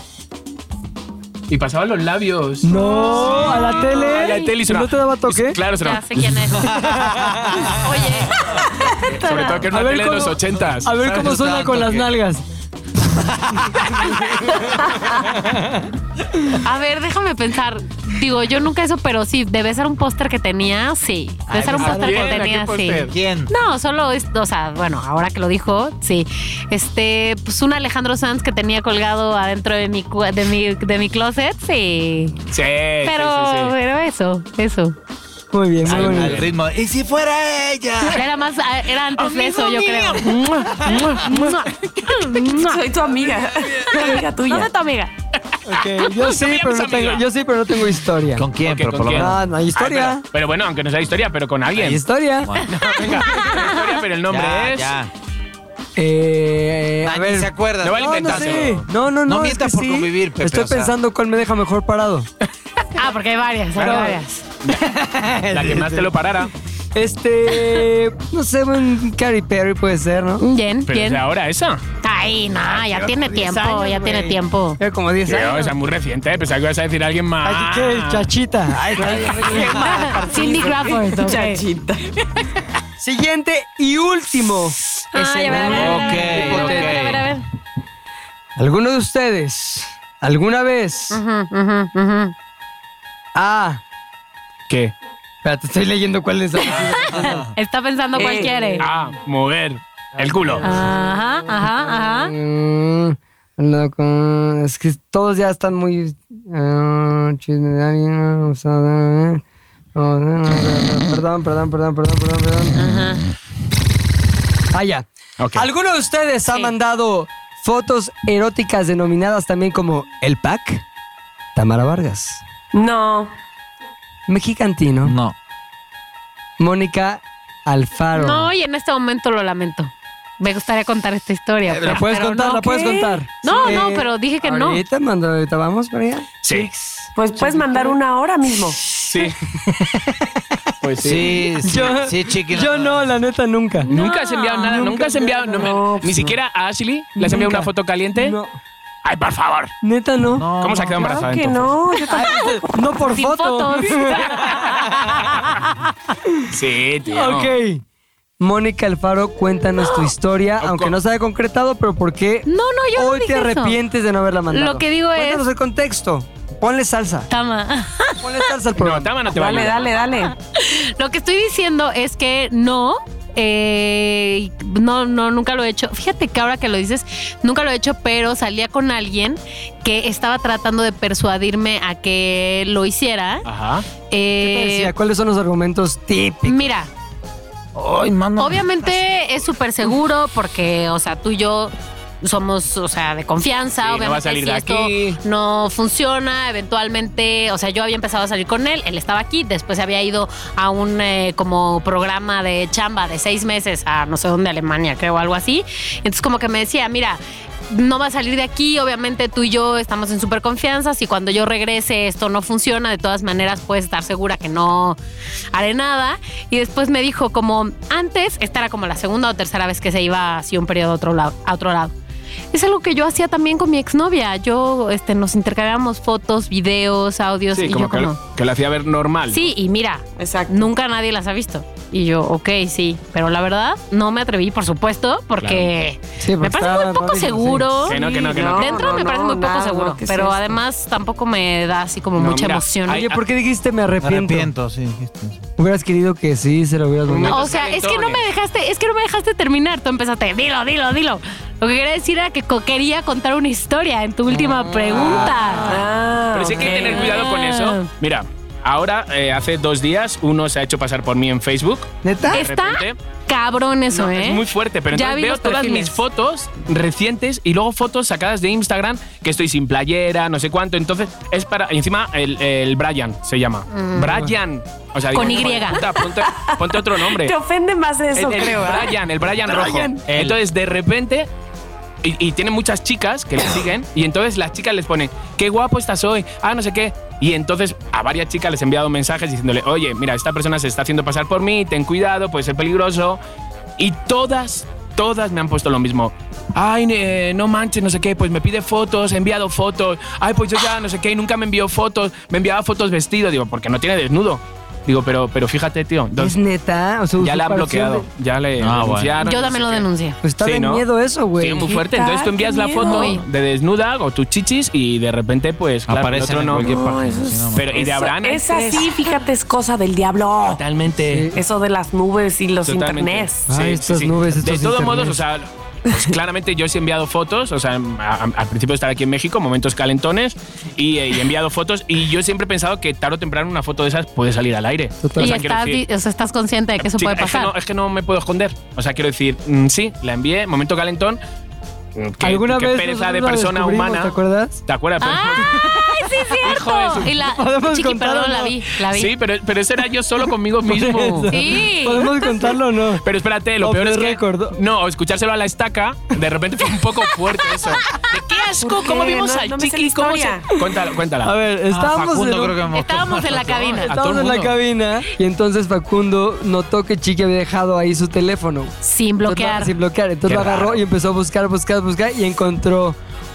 Speaker 3: Y pasaban los labios.
Speaker 5: No, a la tele.
Speaker 3: A la tele y sonaba-
Speaker 5: ¿No te daba toque?
Speaker 3: Claro,
Speaker 1: Ya
Speaker 3: sonaba.
Speaker 1: sé quién es. Oye.
Speaker 3: Sobre todo que era
Speaker 5: A
Speaker 3: una
Speaker 5: ver
Speaker 3: tele de
Speaker 5: cómo-
Speaker 3: los ochentas.
Speaker 5: A ver cómo
Speaker 4: Tanto,
Speaker 5: suena con las
Speaker 4: tanto que-
Speaker 5: nalgas.
Speaker 1: A ver, déjame pensar. Digo, yo nunca eso, pero sí, debe ser un póster que tenía, sí. Debe
Speaker 4: Ay,
Speaker 1: ser un
Speaker 4: ¿a
Speaker 1: póster que
Speaker 3: quién? ¿A qué
Speaker 1: tenía,
Speaker 3: póster?
Speaker 1: sí.
Speaker 4: ¿Quién?
Speaker 1: No, solo es, o sea, bueno, ahora que lo dijo, sí. Este, pues un Alejandro Sanz que tenía colgado adentro de mi cu- de mi, de mi closet, Eh, sí.
Speaker 3: Sí,
Speaker 1: Pero,
Speaker 3: sí, sí, sí.
Speaker 1: pero eso, eso.
Speaker 5: Muy bien, muy
Speaker 3: Ay,
Speaker 5: bonito.
Speaker 4: Al ritmo. ¿Y si fuera ella?
Speaker 1: Era más, ah, era antes de eso, yo creo.
Speaker 2: Soy tu amiga. amiga
Speaker 1: ¿Dónde
Speaker 2: tuya.
Speaker 1: tu amiga?
Speaker 5: Ok, Yo sí, pero no tengo, yo sí, pero no tengo historia.
Speaker 4: ¿Con quién?
Speaker 3: Ok,
Speaker 4: pero
Speaker 3: ¿con
Speaker 4: por lo
Speaker 3: quién?
Speaker 4: menos.
Speaker 5: No, no hay
Speaker 3: Ay,
Speaker 5: historia.
Speaker 3: pero, pero bueno, aunque no sea historia, pero con
Speaker 5: No hay
Speaker 3: alguien.
Speaker 5: historia.
Speaker 4: Bueno,
Speaker 3: Venga, no hay historia, pero el nombre
Speaker 4: ya,
Speaker 3: es.
Speaker 4: ya.
Speaker 5: Eh,
Speaker 4: Nah,
Speaker 5: a
Speaker 4: ni
Speaker 5: ver.
Speaker 4: se acuerdan.
Speaker 3: No vale
Speaker 5: No, no
Speaker 3: inventando.
Speaker 5: sé. No, no, no.
Speaker 4: No
Speaker 5: es
Speaker 4: mientas
Speaker 5: que
Speaker 4: por convivir, Pepe,
Speaker 5: Estoy
Speaker 4: o sea.
Speaker 5: pensando cuál me deja mejor parado.
Speaker 1: Ah, porque hay varias, hay
Speaker 3: Claro.
Speaker 1: varias.
Speaker 3: La que más te lo parara.
Speaker 5: Este. No sé, un Carrie Perry puede ser, ¿no?
Speaker 1: Bien,
Speaker 3: Pero es
Speaker 1: bien.
Speaker 3: de ahora esa.
Speaker 1: Ay, no, ya tiene tiempo, ya tiene tiempo.
Speaker 5: Era como 10
Speaker 3: Creo,
Speaker 5: años.
Speaker 3: esa es muy reciente. ¿eh? Pensaba que ibas a decir a alguien más.
Speaker 5: Ay, ¿qué? Chachita. Ay,
Speaker 1: Cindy Crawford. ok.
Speaker 2: Chachita.
Speaker 5: Siguiente y último.
Speaker 1: Ay, a ver, a ver, a ver,
Speaker 4: Ok,
Speaker 1: a ver, a ver, a ver, a ver.
Speaker 5: ¿Alguno de ustedes alguna vez
Speaker 1: Ujú, ujú, ujú.
Speaker 5: Ah,
Speaker 3: ¿Qué?
Speaker 5: Espérate, estoy leyendo cuál es.
Speaker 1: Está pensando cuál
Speaker 2: Eh.
Speaker 1: quiere.
Speaker 3: Ah, mover. El culo.
Speaker 1: Ajá, ajá, ajá.
Speaker 5: Mm, no, con- es que todos ya están muy. ah, chisme de alguien, o sea, eh, o sea, Perdón, perdón, perdón, perdón, perdón, perdón.
Speaker 1: Ajá.
Speaker 5: Ah, ya.
Speaker 3: Ok.
Speaker 5: ¿Alguno de ustedes ha
Speaker 1: Sí.
Speaker 5: mandado fotos eróticas denominadas también como el pack? Tamara Vargas.
Speaker 2: No.
Speaker 5: Mexicantino.
Speaker 4: No.
Speaker 5: Mónica Alfaro.
Speaker 1: No, y en este momento lo lamento. Me gustaría contar esta historia.
Speaker 5: Eh, la
Speaker 1: pero-
Speaker 5: puedes
Speaker 1: pero
Speaker 5: contar,
Speaker 1: no.
Speaker 5: la puedes contar.
Speaker 1: No,
Speaker 5: Sí.
Speaker 1: no, pero dije que no.
Speaker 5: Ahorita mando, ahorita vamos para allá.
Speaker 3: Sí.
Speaker 2: Pues puedes mandar una ahora mismo.
Speaker 3: Sí. Pues sí.
Speaker 4: Sí, sí,
Speaker 5: Yo-
Speaker 4: sí, chiqui.
Speaker 5: Yo no, la neta, nunca.
Speaker 3: Nunca has enviado nada, nunca, has enviado. no me-
Speaker 2: no,
Speaker 3: ni siquiera a Ashley le has enviado
Speaker 5: Nunca.
Speaker 3: una foto caliente.
Speaker 5: No,
Speaker 3: Ay, por favor.
Speaker 5: neta no. No,
Speaker 4: No,
Speaker 3: ¿Cómo se ha
Speaker 4: no.
Speaker 3: quedado
Speaker 2: Claro
Speaker 3: embarazada
Speaker 2: que
Speaker 3: entonces?
Speaker 2: no. Yo tampoco.
Speaker 5: por
Speaker 1: Sin
Speaker 5: foto.
Speaker 1: fotos.
Speaker 3: Sí, tío.
Speaker 5: ok. Mónica Alfaro, cuéntanos tu historia, aunque no se haya concretado, pero ¿por qué
Speaker 1: No, no, yo no
Speaker 5: hoy
Speaker 1: dije
Speaker 5: te
Speaker 1: eso.
Speaker 5: arrepientes de no haberla mandado?
Speaker 1: Lo que digo es-
Speaker 5: Cuéntanos el contexto. Ponle salsa.
Speaker 1: Tama.
Speaker 5: Ponle salsa al
Speaker 3: No,
Speaker 5: programa.
Speaker 3: Tama no te va a
Speaker 2: Dale,
Speaker 3: ayudar.
Speaker 2: dale, dale.
Speaker 1: Lo que estoy diciendo es que no. eh, no, no, nunca lo he hecho. Fíjate que ahora que lo dices, nunca lo he hecho, pero salía con alguien que estaba tratando de persuadirme a que lo hiciera.
Speaker 3: Ajá.
Speaker 5: Ah, ¿Qué te
Speaker 1: Eh,
Speaker 5: decía? ¿Cuáles son los argumentos típicos?
Speaker 1: mira,
Speaker 4: Ay, mano.
Speaker 1: obviamente es súper seguro porque, o sea, tú y yo somos, o sea, de confianza.
Speaker 3: Sí, no
Speaker 1: obviamente,
Speaker 3: va a salir
Speaker 1: si
Speaker 3: de
Speaker 1: esto
Speaker 3: aquí.
Speaker 1: no funciona, eventualmente, o sea, yo había empezado a salir con él, él estaba aquí, después había ido a un eh, como programa de chamba de seis meses a no sé dónde, Alemania, creo, algo así. Entonces, como que me decía, mira. No va a salir de aquí, obviamente tú y yo estamos en súper confianza. Si cuando yo regrese esto no funciona, de todas maneras puedes estar segura que no haré nada. Y después me dijo como antes, esta era como la segunda o tercera vez que se iba así un periodo a otro lado. A otro lado. Es algo que yo hacía también con mi exnovia. Yo, este, nos intercambiábamos fotos, videos, audios
Speaker 3: Sí,
Speaker 1: y
Speaker 3: como
Speaker 1: yo
Speaker 3: que,
Speaker 1: como.
Speaker 3: lo- que lo hacía ver normal.
Speaker 1: Sí, y mira,
Speaker 2: Exacto.
Speaker 1: nunca nadie las ha visto. Y yo, ok, sí, pero la verdad no me atreví, por supuesto, porque
Speaker 5: Sí,
Speaker 1: me
Speaker 5: porque
Speaker 1: parece
Speaker 5: estaba
Speaker 1: muy poco
Speaker 5: Rodrigo, sí.
Speaker 1: seguro.
Speaker 3: Que no, que no, que no.
Speaker 1: Dentro me
Speaker 2: no,
Speaker 1: parece muy poco
Speaker 2: nada,
Speaker 1: seguro,
Speaker 2: no, ¿qué es
Speaker 1: pero
Speaker 2: esto?
Speaker 1: además tampoco me da así como
Speaker 3: No,
Speaker 1: mucha
Speaker 3: mira,
Speaker 1: emoción.
Speaker 3: hay-
Speaker 5: Oye, ¿por qué dijiste me
Speaker 4: Me
Speaker 5: arrepiento?
Speaker 4: arrepiento, sí. dijiste.
Speaker 5: Hubieras querido que sí se lo hubieras mandado.
Speaker 1: O sea, es que no me dejaste, es que no me dejaste terminar. Tú empezaste, dilo, dilo, dilo. Lo que quería decir era que co- quería contar una historia en tu última pregunta.
Speaker 2: Ah,
Speaker 3: Pero sí que hay que
Speaker 2: ok.
Speaker 3: tener cuidado con eso. Mira, ahora, eh, hace dos días, uno se ha hecho pasar por mí en Facebook.
Speaker 5: ¿Neta?
Speaker 3: De
Speaker 1: Está
Speaker 3: repente-
Speaker 1: cabrón eso,
Speaker 3: No,
Speaker 1: ¿eh?
Speaker 3: Es muy fuerte, pero
Speaker 1: Ya
Speaker 3: entonces
Speaker 1: vi
Speaker 3: veo
Speaker 1: los
Speaker 3: todas
Speaker 1: perfiles.
Speaker 3: mis fotos recientes y luego fotos sacadas de Instagram que estoy sin playera, no sé cuánto. Entonces es para. y Encima el, el Brian se llama. Brian. O sea,
Speaker 1: Mm. Con
Speaker 3: digo,
Speaker 1: Y.
Speaker 3: "Joder, puta, ponte, ponte otro nombre.
Speaker 2: Te ofende más eso,
Speaker 3: el, el
Speaker 2: creo. ¿eh?
Speaker 3: Brian, el Brian rojo. Entonces de repente. Y, y tiene muchas chicas que le siguen y entonces las chicas les ponen, qué guapo estás hoy, ah, no sé qué. Y entonces a varias chicas les he enviado mensajes diciéndole, oye, mira, esta persona se está haciendo pasar por mí, ten cuidado, puede ser peligroso. Y todas, todas me han puesto lo mismo. Ay, eh, no manches, no sé qué, pues me pide fotos, he enviado fotos. Ay, pues yo ya, no sé qué, y nunca me envió fotos, me enviaba fotos vestido. Digo, porque no tiene desnudo. Digo, pero, pero fíjate, tío.
Speaker 5: Es
Speaker 3: dos-
Speaker 5: neta. O sea,
Speaker 3: ya la han
Speaker 5: usurpación
Speaker 3: bloqueado.
Speaker 5: de-
Speaker 3: Ya le
Speaker 4: Ah, bueno.
Speaker 3: denunciaron.
Speaker 1: Yo
Speaker 3: no
Speaker 1: también
Speaker 3: sé
Speaker 1: lo
Speaker 3: qué.
Speaker 1: denuncié.
Speaker 5: Pues está
Speaker 3: Sí,
Speaker 5: de
Speaker 3: ¿no?
Speaker 5: miedo eso, güey.
Speaker 3: Sí, muy fuerte.
Speaker 2: tal?
Speaker 3: Entonces tú envías
Speaker 2: Qué
Speaker 3: la
Speaker 2: miedo.
Speaker 3: foto
Speaker 1: Uy.
Speaker 3: de desnuda o tus chichis y de repente, pues, claro, el
Speaker 4: Aparecen
Speaker 3: otro
Speaker 4: en
Speaker 3: no.
Speaker 4: cualquier
Speaker 2: No,
Speaker 4: parte.
Speaker 2: eso es-
Speaker 3: Pero y de
Speaker 2: Eso-
Speaker 3: Abraham. Este
Speaker 2: Esa sí, fíjate, es cosa del diablo.
Speaker 5: Eh,
Speaker 3: Totalmente.
Speaker 2: Eso de las nubes y los
Speaker 3: Totalmente.
Speaker 2: internets.
Speaker 5: Ay, estas nubes,
Speaker 3: De
Speaker 5: estos
Speaker 3: todos
Speaker 5: internets.
Speaker 3: modos, o sea, pues, claramente yo sí he enviado fotos, o sea, a- a- al principio estaba aquí en México, momentos calentones, y, eh, y he enviado fotos, y yo siempre he pensado que tarde o temprano una foto de esas puede salir al aire.
Speaker 5: Total.
Speaker 3: O
Speaker 1: Y
Speaker 3: sea, quiero
Speaker 1: estás,
Speaker 3: decir-
Speaker 1: di- o sea, estás consciente de que eso
Speaker 3: Sí,
Speaker 1: puede
Speaker 3: Es que,
Speaker 1: pasar.
Speaker 3: no, es que no me puedo esconder. O sea, quiero decir, mm, sí, la envié, momento calentón. mm, Que,
Speaker 5: ¿Alguna
Speaker 3: que
Speaker 5: vez
Speaker 3: pereza
Speaker 5: nosotros
Speaker 3: de
Speaker 5: la
Speaker 3: persona
Speaker 5: descubrimos,
Speaker 3: humana.
Speaker 5: ¿Te acuerdas?
Speaker 3: ¿Te acuerdas?
Speaker 1: Ah, ¡Ay, sí, es
Speaker 3: Hijo de
Speaker 1: cierto!
Speaker 3: su-
Speaker 1: Y la
Speaker 5: ¿Podemos
Speaker 1: chiqui,
Speaker 5: contar
Speaker 1: perdón,
Speaker 5: o no?
Speaker 1: la vi, la vi.
Speaker 3: Sí, pero, pero ese era yo solo conmigo mismo.
Speaker 5: eso.
Speaker 1: Sí.
Speaker 5: ¿Podemos contarlo o no?
Speaker 3: Pero espérate, lo
Speaker 5: Off
Speaker 3: peor
Speaker 5: the
Speaker 3: es que.
Speaker 5: record.
Speaker 3: No, escuchárselo a la estaca, de repente fue un poco fuerte eso. ¿De qué asco?
Speaker 2: ¿Por qué?
Speaker 3: ¿Cómo vimos
Speaker 2: No-
Speaker 3: al
Speaker 2: no me sé
Speaker 3: chiqui?
Speaker 2: la
Speaker 3: ¿Cómo se-
Speaker 2: historia.
Speaker 3: Cuéntala, cuéntala.
Speaker 5: A ver,
Speaker 4: Ah,
Speaker 5: estábamos en
Speaker 4: Facundo
Speaker 5: un-
Speaker 4: creo que me-
Speaker 1: Estábamos en la cabina.
Speaker 3: A todo
Speaker 5: Estábamos
Speaker 3: el
Speaker 5: en la
Speaker 3: mundo.
Speaker 5: cabina y entonces Facundo notó que Chiqui había dejado ahí su teléfono.
Speaker 1: Sin bloquear.
Speaker 5: Entonces, sin bloquear. Entonces
Speaker 3: Qué
Speaker 5: lo agarró
Speaker 3: raro.
Speaker 5: y empezó a buscar, buscar, buscar y encontró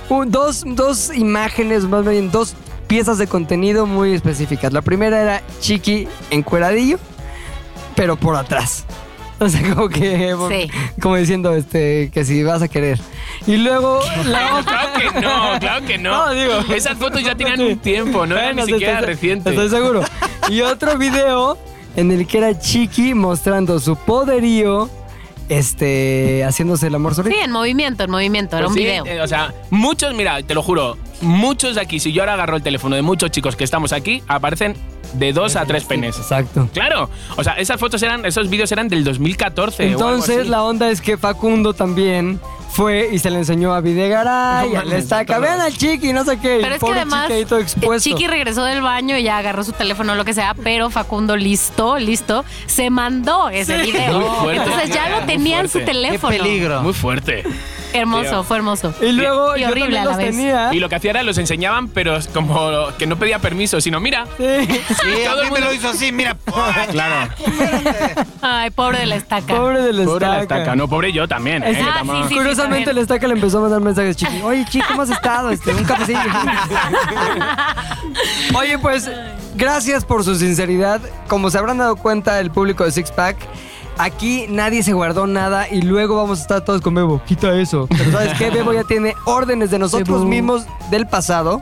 Speaker 5: un- dos, dos imágenes, más bien dos piezas de contenido muy específicas. La primera era Chiqui encueradillo, pero por atrás. O sea, como que...
Speaker 1: Sí.
Speaker 5: Como diciendo este, que si vas a querer. Y luego la otra...
Speaker 3: Claro que no, claro que no.
Speaker 5: No, digo-
Speaker 3: Esas fotos ya tenían un tiempo, no eran ni
Speaker 5: Bueno,
Speaker 3: siquiera
Speaker 5: estoy-
Speaker 3: recientes.
Speaker 5: Estoy seguro. Y otro video en el que era Chiqui mostrando su poderío, este, haciéndose el amor
Speaker 1: Sí,
Speaker 5: solito.
Speaker 1: en movimiento, en movimiento. Era
Speaker 3: Pues
Speaker 1: un
Speaker 3: sí,
Speaker 1: video.
Speaker 3: eh, o sea, muchos, mira, te lo juro, muchos de aquí, si yo ahora agarro el teléfono de muchos chicos que estamos aquí, aparecen de dos a tres penes.
Speaker 5: Exacto.
Speaker 3: Claro, o sea, esas fotos eran, esos vídeos eran del 2014. Este, o algo
Speaker 5: Entonces
Speaker 3: así.
Speaker 5: la onda es que Facundo también fue y se le enseñó a Videgaray,
Speaker 3: No
Speaker 5: a la
Speaker 3: mames,
Speaker 5: estaca,
Speaker 3: no.
Speaker 5: vean al Chiqui, no sé qué. y
Speaker 1: Pero es que
Speaker 5: pobre
Speaker 1: además,
Speaker 5: Chiqui ahí todo
Speaker 1: eh,
Speaker 5: expuesto.
Speaker 1: Chiqui regresó del baño y ya agarró su teléfono, lo que sea, pero Facundo, listo, listo, se mandó ese video.
Speaker 3: Muy fuerte,
Speaker 1: Entonces ya
Speaker 3: tía,
Speaker 1: lo
Speaker 3: muy
Speaker 1: tenía en su
Speaker 3: fuerte. Qué
Speaker 4: Qué
Speaker 1: teléfono.
Speaker 4: peligro.
Speaker 3: Muy fuerte.
Speaker 1: Hermoso, fue hermoso.
Speaker 5: Y luego
Speaker 1: y
Speaker 5: yo
Speaker 1: horrible
Speaker 5: también
Speaker 1: a la
Speaker 5: los
Speaker 1: vez.
Speaker 5: tenía.
Speaker 3: Y lo que hacía era los enseñaban, pero como que no pedía permiso, sino mira.
Speaker 5: Sí,
Speaker 4: Sí,
Speaker 3: Todo el
Speaker 4: a mí me
Speaker 3: mundo-
Speaker 4: lo hizo así, mira. Claro.
Speaker 1: Ay, pobre de la estaca.
Speaker 5: pobre de la
Speaker 3: Pobre la
Speaker 5: estaca.
Speaker 3: estaca. No, pobre yo también. ¿eh?
Speaker 1: Ah,
Speaker 3: Que tama-
Speaker 1: sí, sí.
Speaker 5: Curiosamente
Speaker 1: también.
Speaker 5: la estaca le empezó a mandar mensajes a Chiqui. Oye, Chiqui, ¿cómo has estado? Este, un cafecillo. Oye, pues, gracias por su sinceridad. Como se habrán dado cuenta el público de Six Pack, aquí nadie se guardó nada y luego vamos a estar todos con Bebo. Quita eso. Pero ¿sabes qué? Bebo ya tiene órdenes de nosotros mismos del pasado.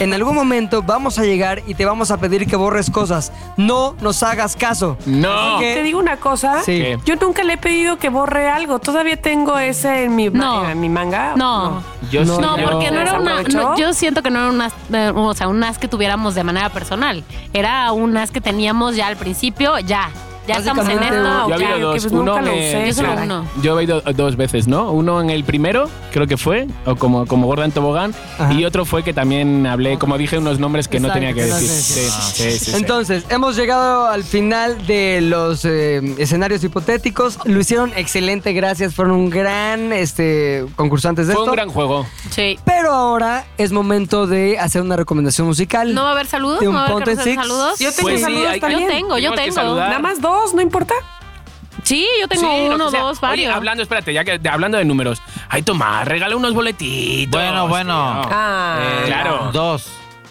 Speaker 5: En algún momento vamos a llegar y te vamos a pedir que borres cosas. No nos hagas caso.
Speaker 3: No.
Speaker 5: Así que-
Speaker 2: Te digo una cosa.
Speaker 5: Sí.
Speaker 3: ¿Qué?
Speaker 2: Yo nunca le he pedido que borre algo. Todavía tengo ese en mi, ma-
Speaker 1: No.
Speaker 2: en mi manga.
Speaker 1: No.
Speaker 3: Yo
Speaker 5: No,
Speaker 3: sí,
Speaker 1: No,
Speaker 3: yo-
Speaker 1: porque no era una.
Speaker 2: ¿Desaprovechó?
Speaker 1: no, yo siento que no era un as, eh, o sea, un as que tuviéramos de manera personal. Era un as que teníamos ya al principio, ya. Ya estamos en
Speaker 5: Básicamente,
Speaker 1: esto.
Speaker 3: Yo he
Speaker 2: ok,
Speaker 3: habido
Speaker 2: ok,
Speaker 3: dos.
Speaker 2: pues
Speaker 3: uno
Speaker 2: nunca lo
Speaker 3: me-
Speaker 2: usé,
Speaker 1: Yo solo
Speaker 3: claro.
Speaker 1: uno.
Speaker 3: Yo he ido dos veces, ¿no? Uno en el primero, creo que fue, o como, como gorda en tobogán,
Speaker 5: Ajá.
Speaker 3: y otro fue que también hablé, como dije, unos nombres que no
Speaker 5: Exacto,
Speaker 3: tenía que
Speaker 5: no
Speaker 3: decir. Sí,
Speaker 5: sé.
Speaker 3: sí, sí, sí.
Speaker 5: Entonces, hemos llegado al final de los eh, escenarios hipotéticos. Lo hicieron excelente, gracias. Fueron un gran este, concursantes de
Speaker 3: fue
Speaker 5: esto.
Speaker 3: un gran juego.
Speaker 1: Sí.
Speaker 5: Pero ahora es momento de hacer una recomendación musical.
Speaker 1: ¿No va a haber saludos?
Speaker 5: De
Speaker 1: ¿No
Speaker 5: un
Speaker 1: va a haber
Speaker 5: Ponte
Speaker 1: cartas de
Speaker 5: Six.
Speaker 1: saludos?
Speaker 2: Yo tengo
Speaker 3: Pues sí,
Speaker 2: saludos
Speaker 3: hay-
Speaker 1: Yo
Speaker 2: también.
Speaker 1: tengo, yo
Speaker 3: Tenemos que
Speaker 1: tengo.
Speaker 3: saludar.
Speaker 2: Nada más dos, no importa.
Speaker 1: Sí, yo tengo
Speaker 3: Sí, lo
Speaker 1: uno,
Speaker 3: que sea.
Speaker 1: dos, varios.
Speaker 3: Oye, hablando, espérate, ya que de- hablando de números. Ay, toma, regala unos boletitos.
Speaker 4: Bueno, bueno.
Speaker 3: tío.
Speaker 2: Ah.
Speaker 4: Eh,
Speaker 3: Claro.
Speaker 4: Dos.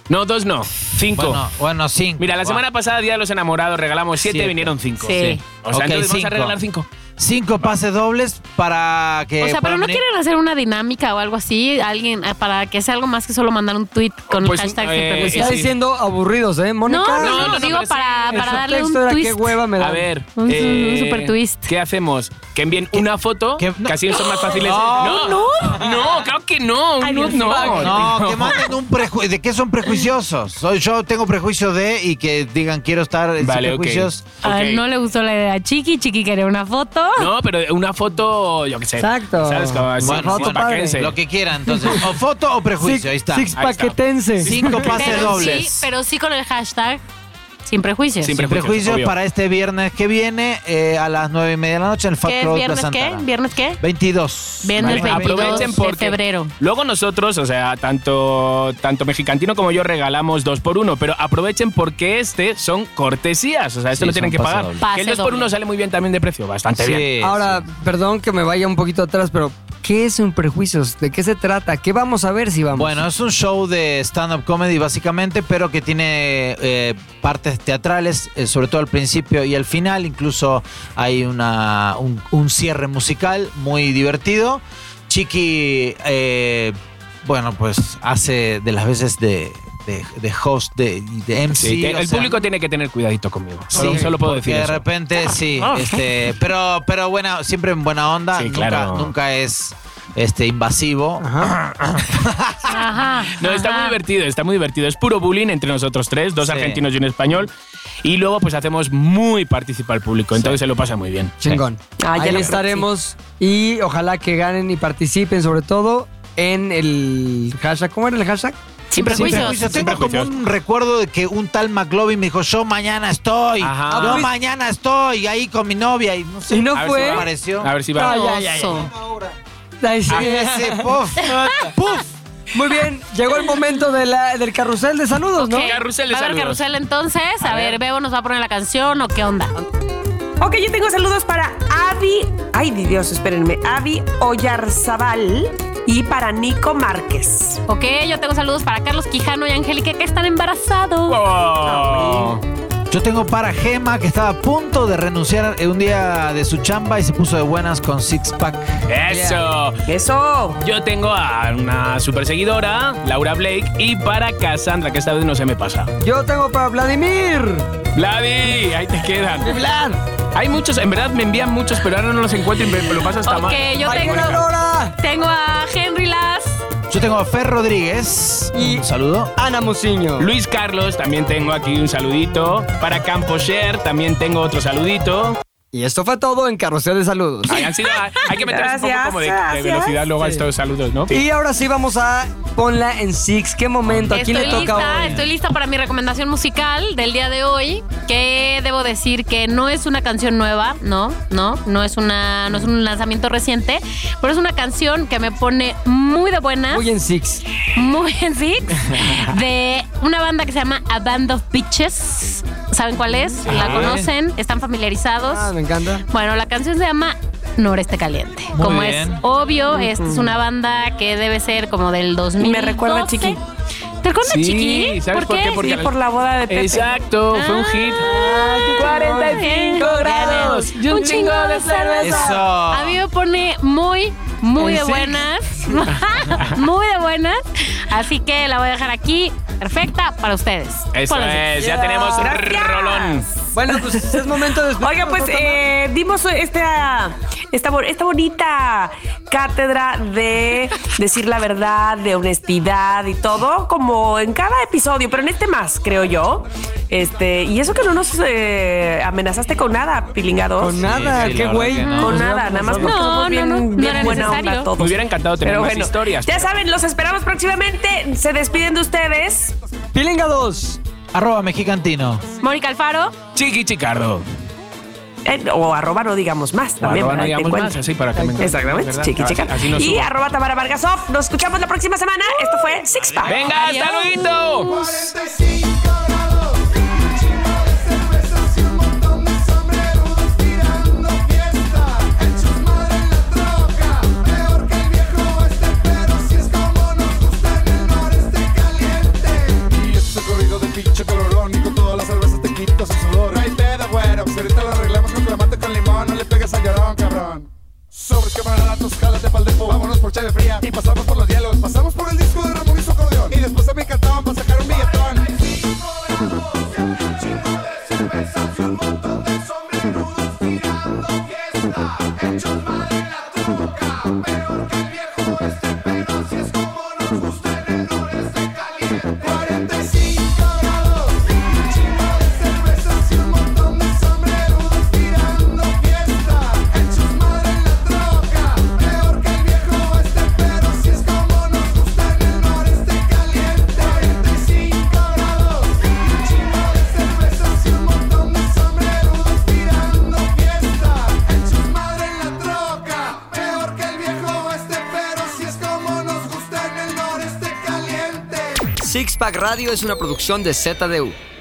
Speaker 3: No, dos no, cinco.
Speaker 4: Bueno, bueno, cinco.
Speaker 3: Mira, la
Speaker 4: Va.
Speaker 3: semana pasada, Día de los Enamorados, regalamos siete,
Speaker 4: Siete.
Speaker 3: vinieron cinco.
Speaker 1: Sí.
Speaker 3: O sea,
Speaker 4: Ok,
Speaker 3: entonces vamos a
Speaker 4: cinco.
Speaker 3: regalar cinco.
Speaker 4: Cinco pases dobles para que.
Speaker 1: o sea, pero
Speaker 4: puedan
Speaker 1: no
Speaker 4: venir.
Speaker 1: quieren hacer una dinámica o algo así, alguien eh, para que sea algo más que solo mandar un tweet con
Speaker 3: Pues,
Speaker 1: el hashtag
Speaker 3: eh,
Speaker 1: sin
Speaker 3: sí,
Speaker 5: Está
Speaker 1: prejuicios.
Speaker 3: sí.
Speaker 5: diciendo aburridos, ¿eh,
Speaker 1: No,
Speaker 5: Mónica?
Speaker 1: no, no,
Speaker 3: no, no,
Speaker 1: digo
Speaker 3: pero sí,
Speaker 1: para,
Speaker 5: El
Speaker 1: para darle un
Speaker 5: subtexto era,
Speaker 1: twist.
Speaker 5: qué hueva me da.
Speaker 3: A ver, eh,
Speaker 1: Un- un super twist.
Speaker 3: ¿Qué hacemos? Que envíen una foto,
Speaker 4: qué-
Speaker 3: que así son más fáciles.
Speaker 4: No.
Speaker 3: no, no, claro que no, un nude no.
Speaker 4: No, que manden un prejuicio. ¿De qué son prejuiciosos? Soy, yo tengo prejuicio de y que digan quiero estar en
Speaker 3: Vale, ok.
Speaker 4: prejuicios.
Speaker 1: Ah,
Speaker 3: Ok.
Speaker 1: no le gustó la idea a Chiqui, Chiqui quería una foto.
Speaker 3: No, pero una foto, yo qué sé.
Speaker 5: Exacto.
Speaker 3: ¿Sabes? Como así,
Speaker 4: Bueno,
Speaker 3: Ah, sí,
Speaker 4: foto
Speaker 5: padre.
Speaker 3: paquense.
Speaker 4: Lo que quieran, entonces. O foto o prejuicio,
Speaker 5: Six,
Speaker 4: ahí está.
Speaker 5: six
Speaker 3: Ahí está.
Speaker 5: paquetense.
Speaker 4: Cinco pases
Speaker 1: pero
Speaker 4: dobles.
Speaker 1: sí, pero sí con el hashtag sin prejuicios.
Speaker 3: Sin
Speaker 4: Sin prejuicios
Speaker 3: obvio.
Speaker 4: para este viernes que viene eh, a las nueve y media de la noche en el Fat
Speaker 1: ¿Qué es
Speaker 4: Road
Speaker 1: viernes
Speaker 4: Plaza
Speaker 1: qué?
Speaker 4: Antara.
Speaker 1: ¿Viernes qué?
Speaker 4: 22.
Speaker 1: Viernes
Speaker 3: Vale,
Speaker 1: 22
Speaker 3: aprovechen
Speaker 1: de
Speaker 3: porque
Speaker 1: febrero.
Speaker 3: Luego nosotros, o sea, tanto, tanto Mexicantino como yo regalamos dos por uno, pero aprovechen porque este son cortesías, o sea, esto
Speaker 4: Sí,
Speaker 3: no tienen que
Speaker 4: son pase
Speaker 3: pagar.
Speaker 4: doble.
Speaker 3: Que el
Speaker 1: Pase
Speaker 3: dos por
Speaker 1: doble.
Speaker 3: uno sale muy bien también de precio, bastante bien.
Speaker 4: Sí,
Speaker 5: Ahora,
Speaker 4: sí.
Speaker 5: perdón que me vaya un poquito atrás, pero ¿Qué es un prejuicio? ¿De qué se trata? ¿Qué vamos a ver si vamos?
Speaker 4: Bueno, es un show de stand-up comedy básicamente, pero que tiene eh, partes teatrales, eh, sobre todo al principio y al final. Incluso hay una, un, un cierre musical muy divertido. Chiqui, eh, bueno, pues hace de las veces de, de- de host, de, de MC.
Speaker 3: Sí, te-
Speaker 4: o
Speaker 3: el
Speaker 4: sea,
Speaker 3: público tiene que tener cuidadito conmigo.
Speaker 4: Sí,
Speaker 3: solo, solo puedo
Speaker 4: porque
Speaker 3: decir
Speaker 4: de
Speaker 3: eso. Ah.
Speaker 4: repente sí, este, pero pero buena, siempre en buena onda,
Speaker 3: Sí,
Speaker 4: nunca,
Speaker 3: claro.
Speaker 4: nunca es este invasivo.
Speaker 1: Ajá.
Speaker 3: No, está muy
Speaker 1: ajá.
Speaker 3: divertido, está muy divertido. Es puro bullying entre nosotros tres, dos
Speaker 4: Sí.
Speaker 3: argentinos y un español. Y luego pues hacemos muy participar al público, entonces se lo pasa muy bien.
Speaker 5: Chingón.
Speaker 2: Ah, ya
Speaker 5: Ahí
Speaker 2: lo-
Speaker 5: estaremos y ojalá que ganen y participen, sobre todo en el hashtag. ¿Cómo era el hashtag?
Speaker 1: Sin
Speaker 4: Sin
Speaker 1: prejuicios.
Speaker 4: prejuicios.
Speaker 3: Sin
Speaker 4: Tengo como
Speaker 3: prejuicios.
Speaker 4: un recuerdo de que un tal McLovin me dijo, yo mañana estoy,
Speaker 3: Ajá.
Speaker 4: yo
Speaker 5: Ah,
Speaker 4: mañana estoy, ahí con mi novia y no sé.
Speaker 5: Y no
Speaker 3: A ver
Speaker 5: fue.
Speaker 3: si va.
Speaker 4: Apareció.
Speaker 3: A ver si va.
Speaker 5: Ay, ay,
Speaker 1: Oso.
Speaker 5: Ay, sí.
Speaker 4: Ah, ese, puf, puf.
Speaker 5: Muy bien, llegó el momento de la- del carrusel de saludos, ¿no?
Speaker 1: Ok.
Speaker 3: Carrusel de
Speaker 1: Va a haber
Speaker 3: saludos.
Speaker 1: carrusel entonces. A, ver, Bebo nos va a poner la canción o qué onda.
Speaker 2: Ok, yo tengo saludos para Avi. Ay, Dios, espérenme. Avi Oyarzabal y para Nico Márquez.
Speaker 1: Ok, yo tengo saludos para Carlos Quijano y Angélica que están embarazados.
Speaker 3: Oh.
Speaker 4: Yo tengo para Gema que estaba a punto de renunciar en un día de su chamba y se puso de buenas con Six Pack.
Speaker 3: Eso.
Speaker 2: Eso.
Speaker 3: Yo tengo a una super seguidora, Laura Blake, y para Cassandra, que esta vez no se me pasa.
Speaker 5: Yo tengo para Vladimir.
Speaker 3: Vladi, ahí te quedan. Hay muchos, en verdad me envían muchos, pero ahora no los encuentro y me me lo paso hasta
Speaker 1: Ok,
Speaker 3: mal.
Speaker 1: yo tengo,
Speaker 5: Aurora.
Speaker 1: tengo a Henry Las.
Speaker 4: Yo tengo a Fer Rodríguez.
Speaker 5: Y-
Speaker 4: Un saludo.
Speaker 5: Ana Musiño.
Speaker 3: Luis Carlos, también tengo aquí un saludito. Para Camposher, también tengo otro saludito.
Speaker 5: Y esto fue todo en carrusel de saludos.
Speaker 3: Ay, han sido- hay que meterse un poco
Speaker 2: Gracias,
Speaker 3: como de, de
Speaker 2: gracias.
Speaker 3: velocidad luego a
Speaker 5: Sí.
Speaker 3: estos saludos, ¿no?
Speaker 5: Y ahora sí vamos a ponla en Six. ¿Qué momento? ¿A
Speaker 1: Estoy
Speaker 5: quién le toca
Speaker 1: lista,
Speaker 5: hoy?
Speaker 1: estoy lista para mi recomendación musical del día de hoy, que debo decir que no es una canción nueva, no, no, no es una, no es un lanzamiento reciente, pero es una canción que me pone muy de buenas.
Speaker 5: Muy en Six.
Speaker 1: muy en Six de una banda que se llama A Band of Bitches. ¿Saben cuál es? ¿La conocen? ¿Están familiarizados?
Speaker 5: Ah, me encanta.
Speaker 1: Bueno, la canción se llama Noreste Caliente. como es
Speaker 4: bien.
Speaker 1: obvio, esta es una banda que debe ser como del 2000.
Speaker 2: Me recuerda a Chiqui.
Speaker 1: ¿Te recuerda a
Speaker 3: Sí,
Speaker 1: Chiqui?
Speaker 3: ¿sabes por qué? Porque
Speaker 2: Sí, por la boda de Pepe.
Speaker 3: Exacto, fue un hit.
Speaker 1: Ah,
Speaker 5: 45 grados y un chingo de cerveza.
Speaker 4: Eso.
Speaker 1: A mí me pone muy, muy de
Speaker 5: ¿En serio?
Speaker 1: buenas. muy de buenas. Así que la voy a dejar aquí. Perfecta para ustedes.
Speaker 3: Eso
Speaker 1: Pónganse.
Speaker 3: es, ya tenemos
Speaker 2: Gracias.
Speaker 3: rolón.
Speaker 5: Bueno, pues es momento de despedirnos,
Speaker 2: Oiga, pues
Speaker 5: ¿no, Tama?
Speaker 2: eh, dimos esta, esta, bo- esta bonita cátedra de decir la verdad, de honestidad y todo, como en cada episodio, pero en este más, creo yo. Este, y eso que no nos eh, amenazaste con nada, pilingados.
Speaker 5: Con nada,
Speaker 4: sí, la
Speaker 5: qué
Speaker 4: verdad
Speaker 5: güey.
Speaker 4: que no.
Speaker 2: eh, Con
Speaker 5: Nos
Speaker 2: nada,
Speaker 5: vamos,
Speaker 2: nada más
Speaker 5: nos
Speaker 2: porque
Speaker 1: No,
Speaker 2: somos
Speaker 1: no,
Speaker 2: bien,
Speaker 1: no, no
Speaker 2: bien
Speaker 1: era
Speaker 2: buena onda
Speaker 1: necesario.
Speaker 2: todos.
Speaker 3: Me hubiera encantado tener
Speaker 2: Pero
Speaker 3: más
Speaker 2: bueno,
Speaker 3: historias.
Speaker 2: Ya saben, los esperamos próximamente. Se despiden de ustedes.
Speaker 5: Pilinga 2.
Speaker 4: Arroba mexicantino.
Speaker 1: Mónica Alfaro.
Speaker 3: Chiqui Chicardo.
Speaker 2: Eh, o arroba no digamos más también. para
Speaker 3: Arroba
Speaker 2: que
Speaker 3: no
Speaker 2: te
Speaker 3: digamos más,
Speaker 2: encuentren.
Speaker 3: así para que me encuentren,
Speaker 2: Exactamente,
Speaker 3: ¿verdad?
Speaker 2: chiqui,
Speaker 3: Así-
Speaker 2: chica.
Speaker 3: así nos
Speaker 2: y
Speaker 3: subo.
Speaker 2: arroba Tamara Vargas Off. Nos escuchamos la próxima semana. Esto fue Six Pack.
Speaker 3: Venga, hasta
Speaker 1: Adiós.
Speaker 3: luego.
Speaker 7: Pinche colorón y con todas las cervezas te quito su sudor. No hay pedo, güero. Pues ahorita lo arreglamos con clamate con limón. No le pegues al llorón, cabrón. Sobres camaradas, jálate pa'l depo Vámonos por chave fría y pasamos por los hielos Pasamos por el disco de Ramón y su acordeón Y después a mi cantón para sacar un billetón este Peor que el viejo este, pero si es como nos gusta en el noreste este caliente.
Speaker 8: Six Pack Radio es una producción de ZDU.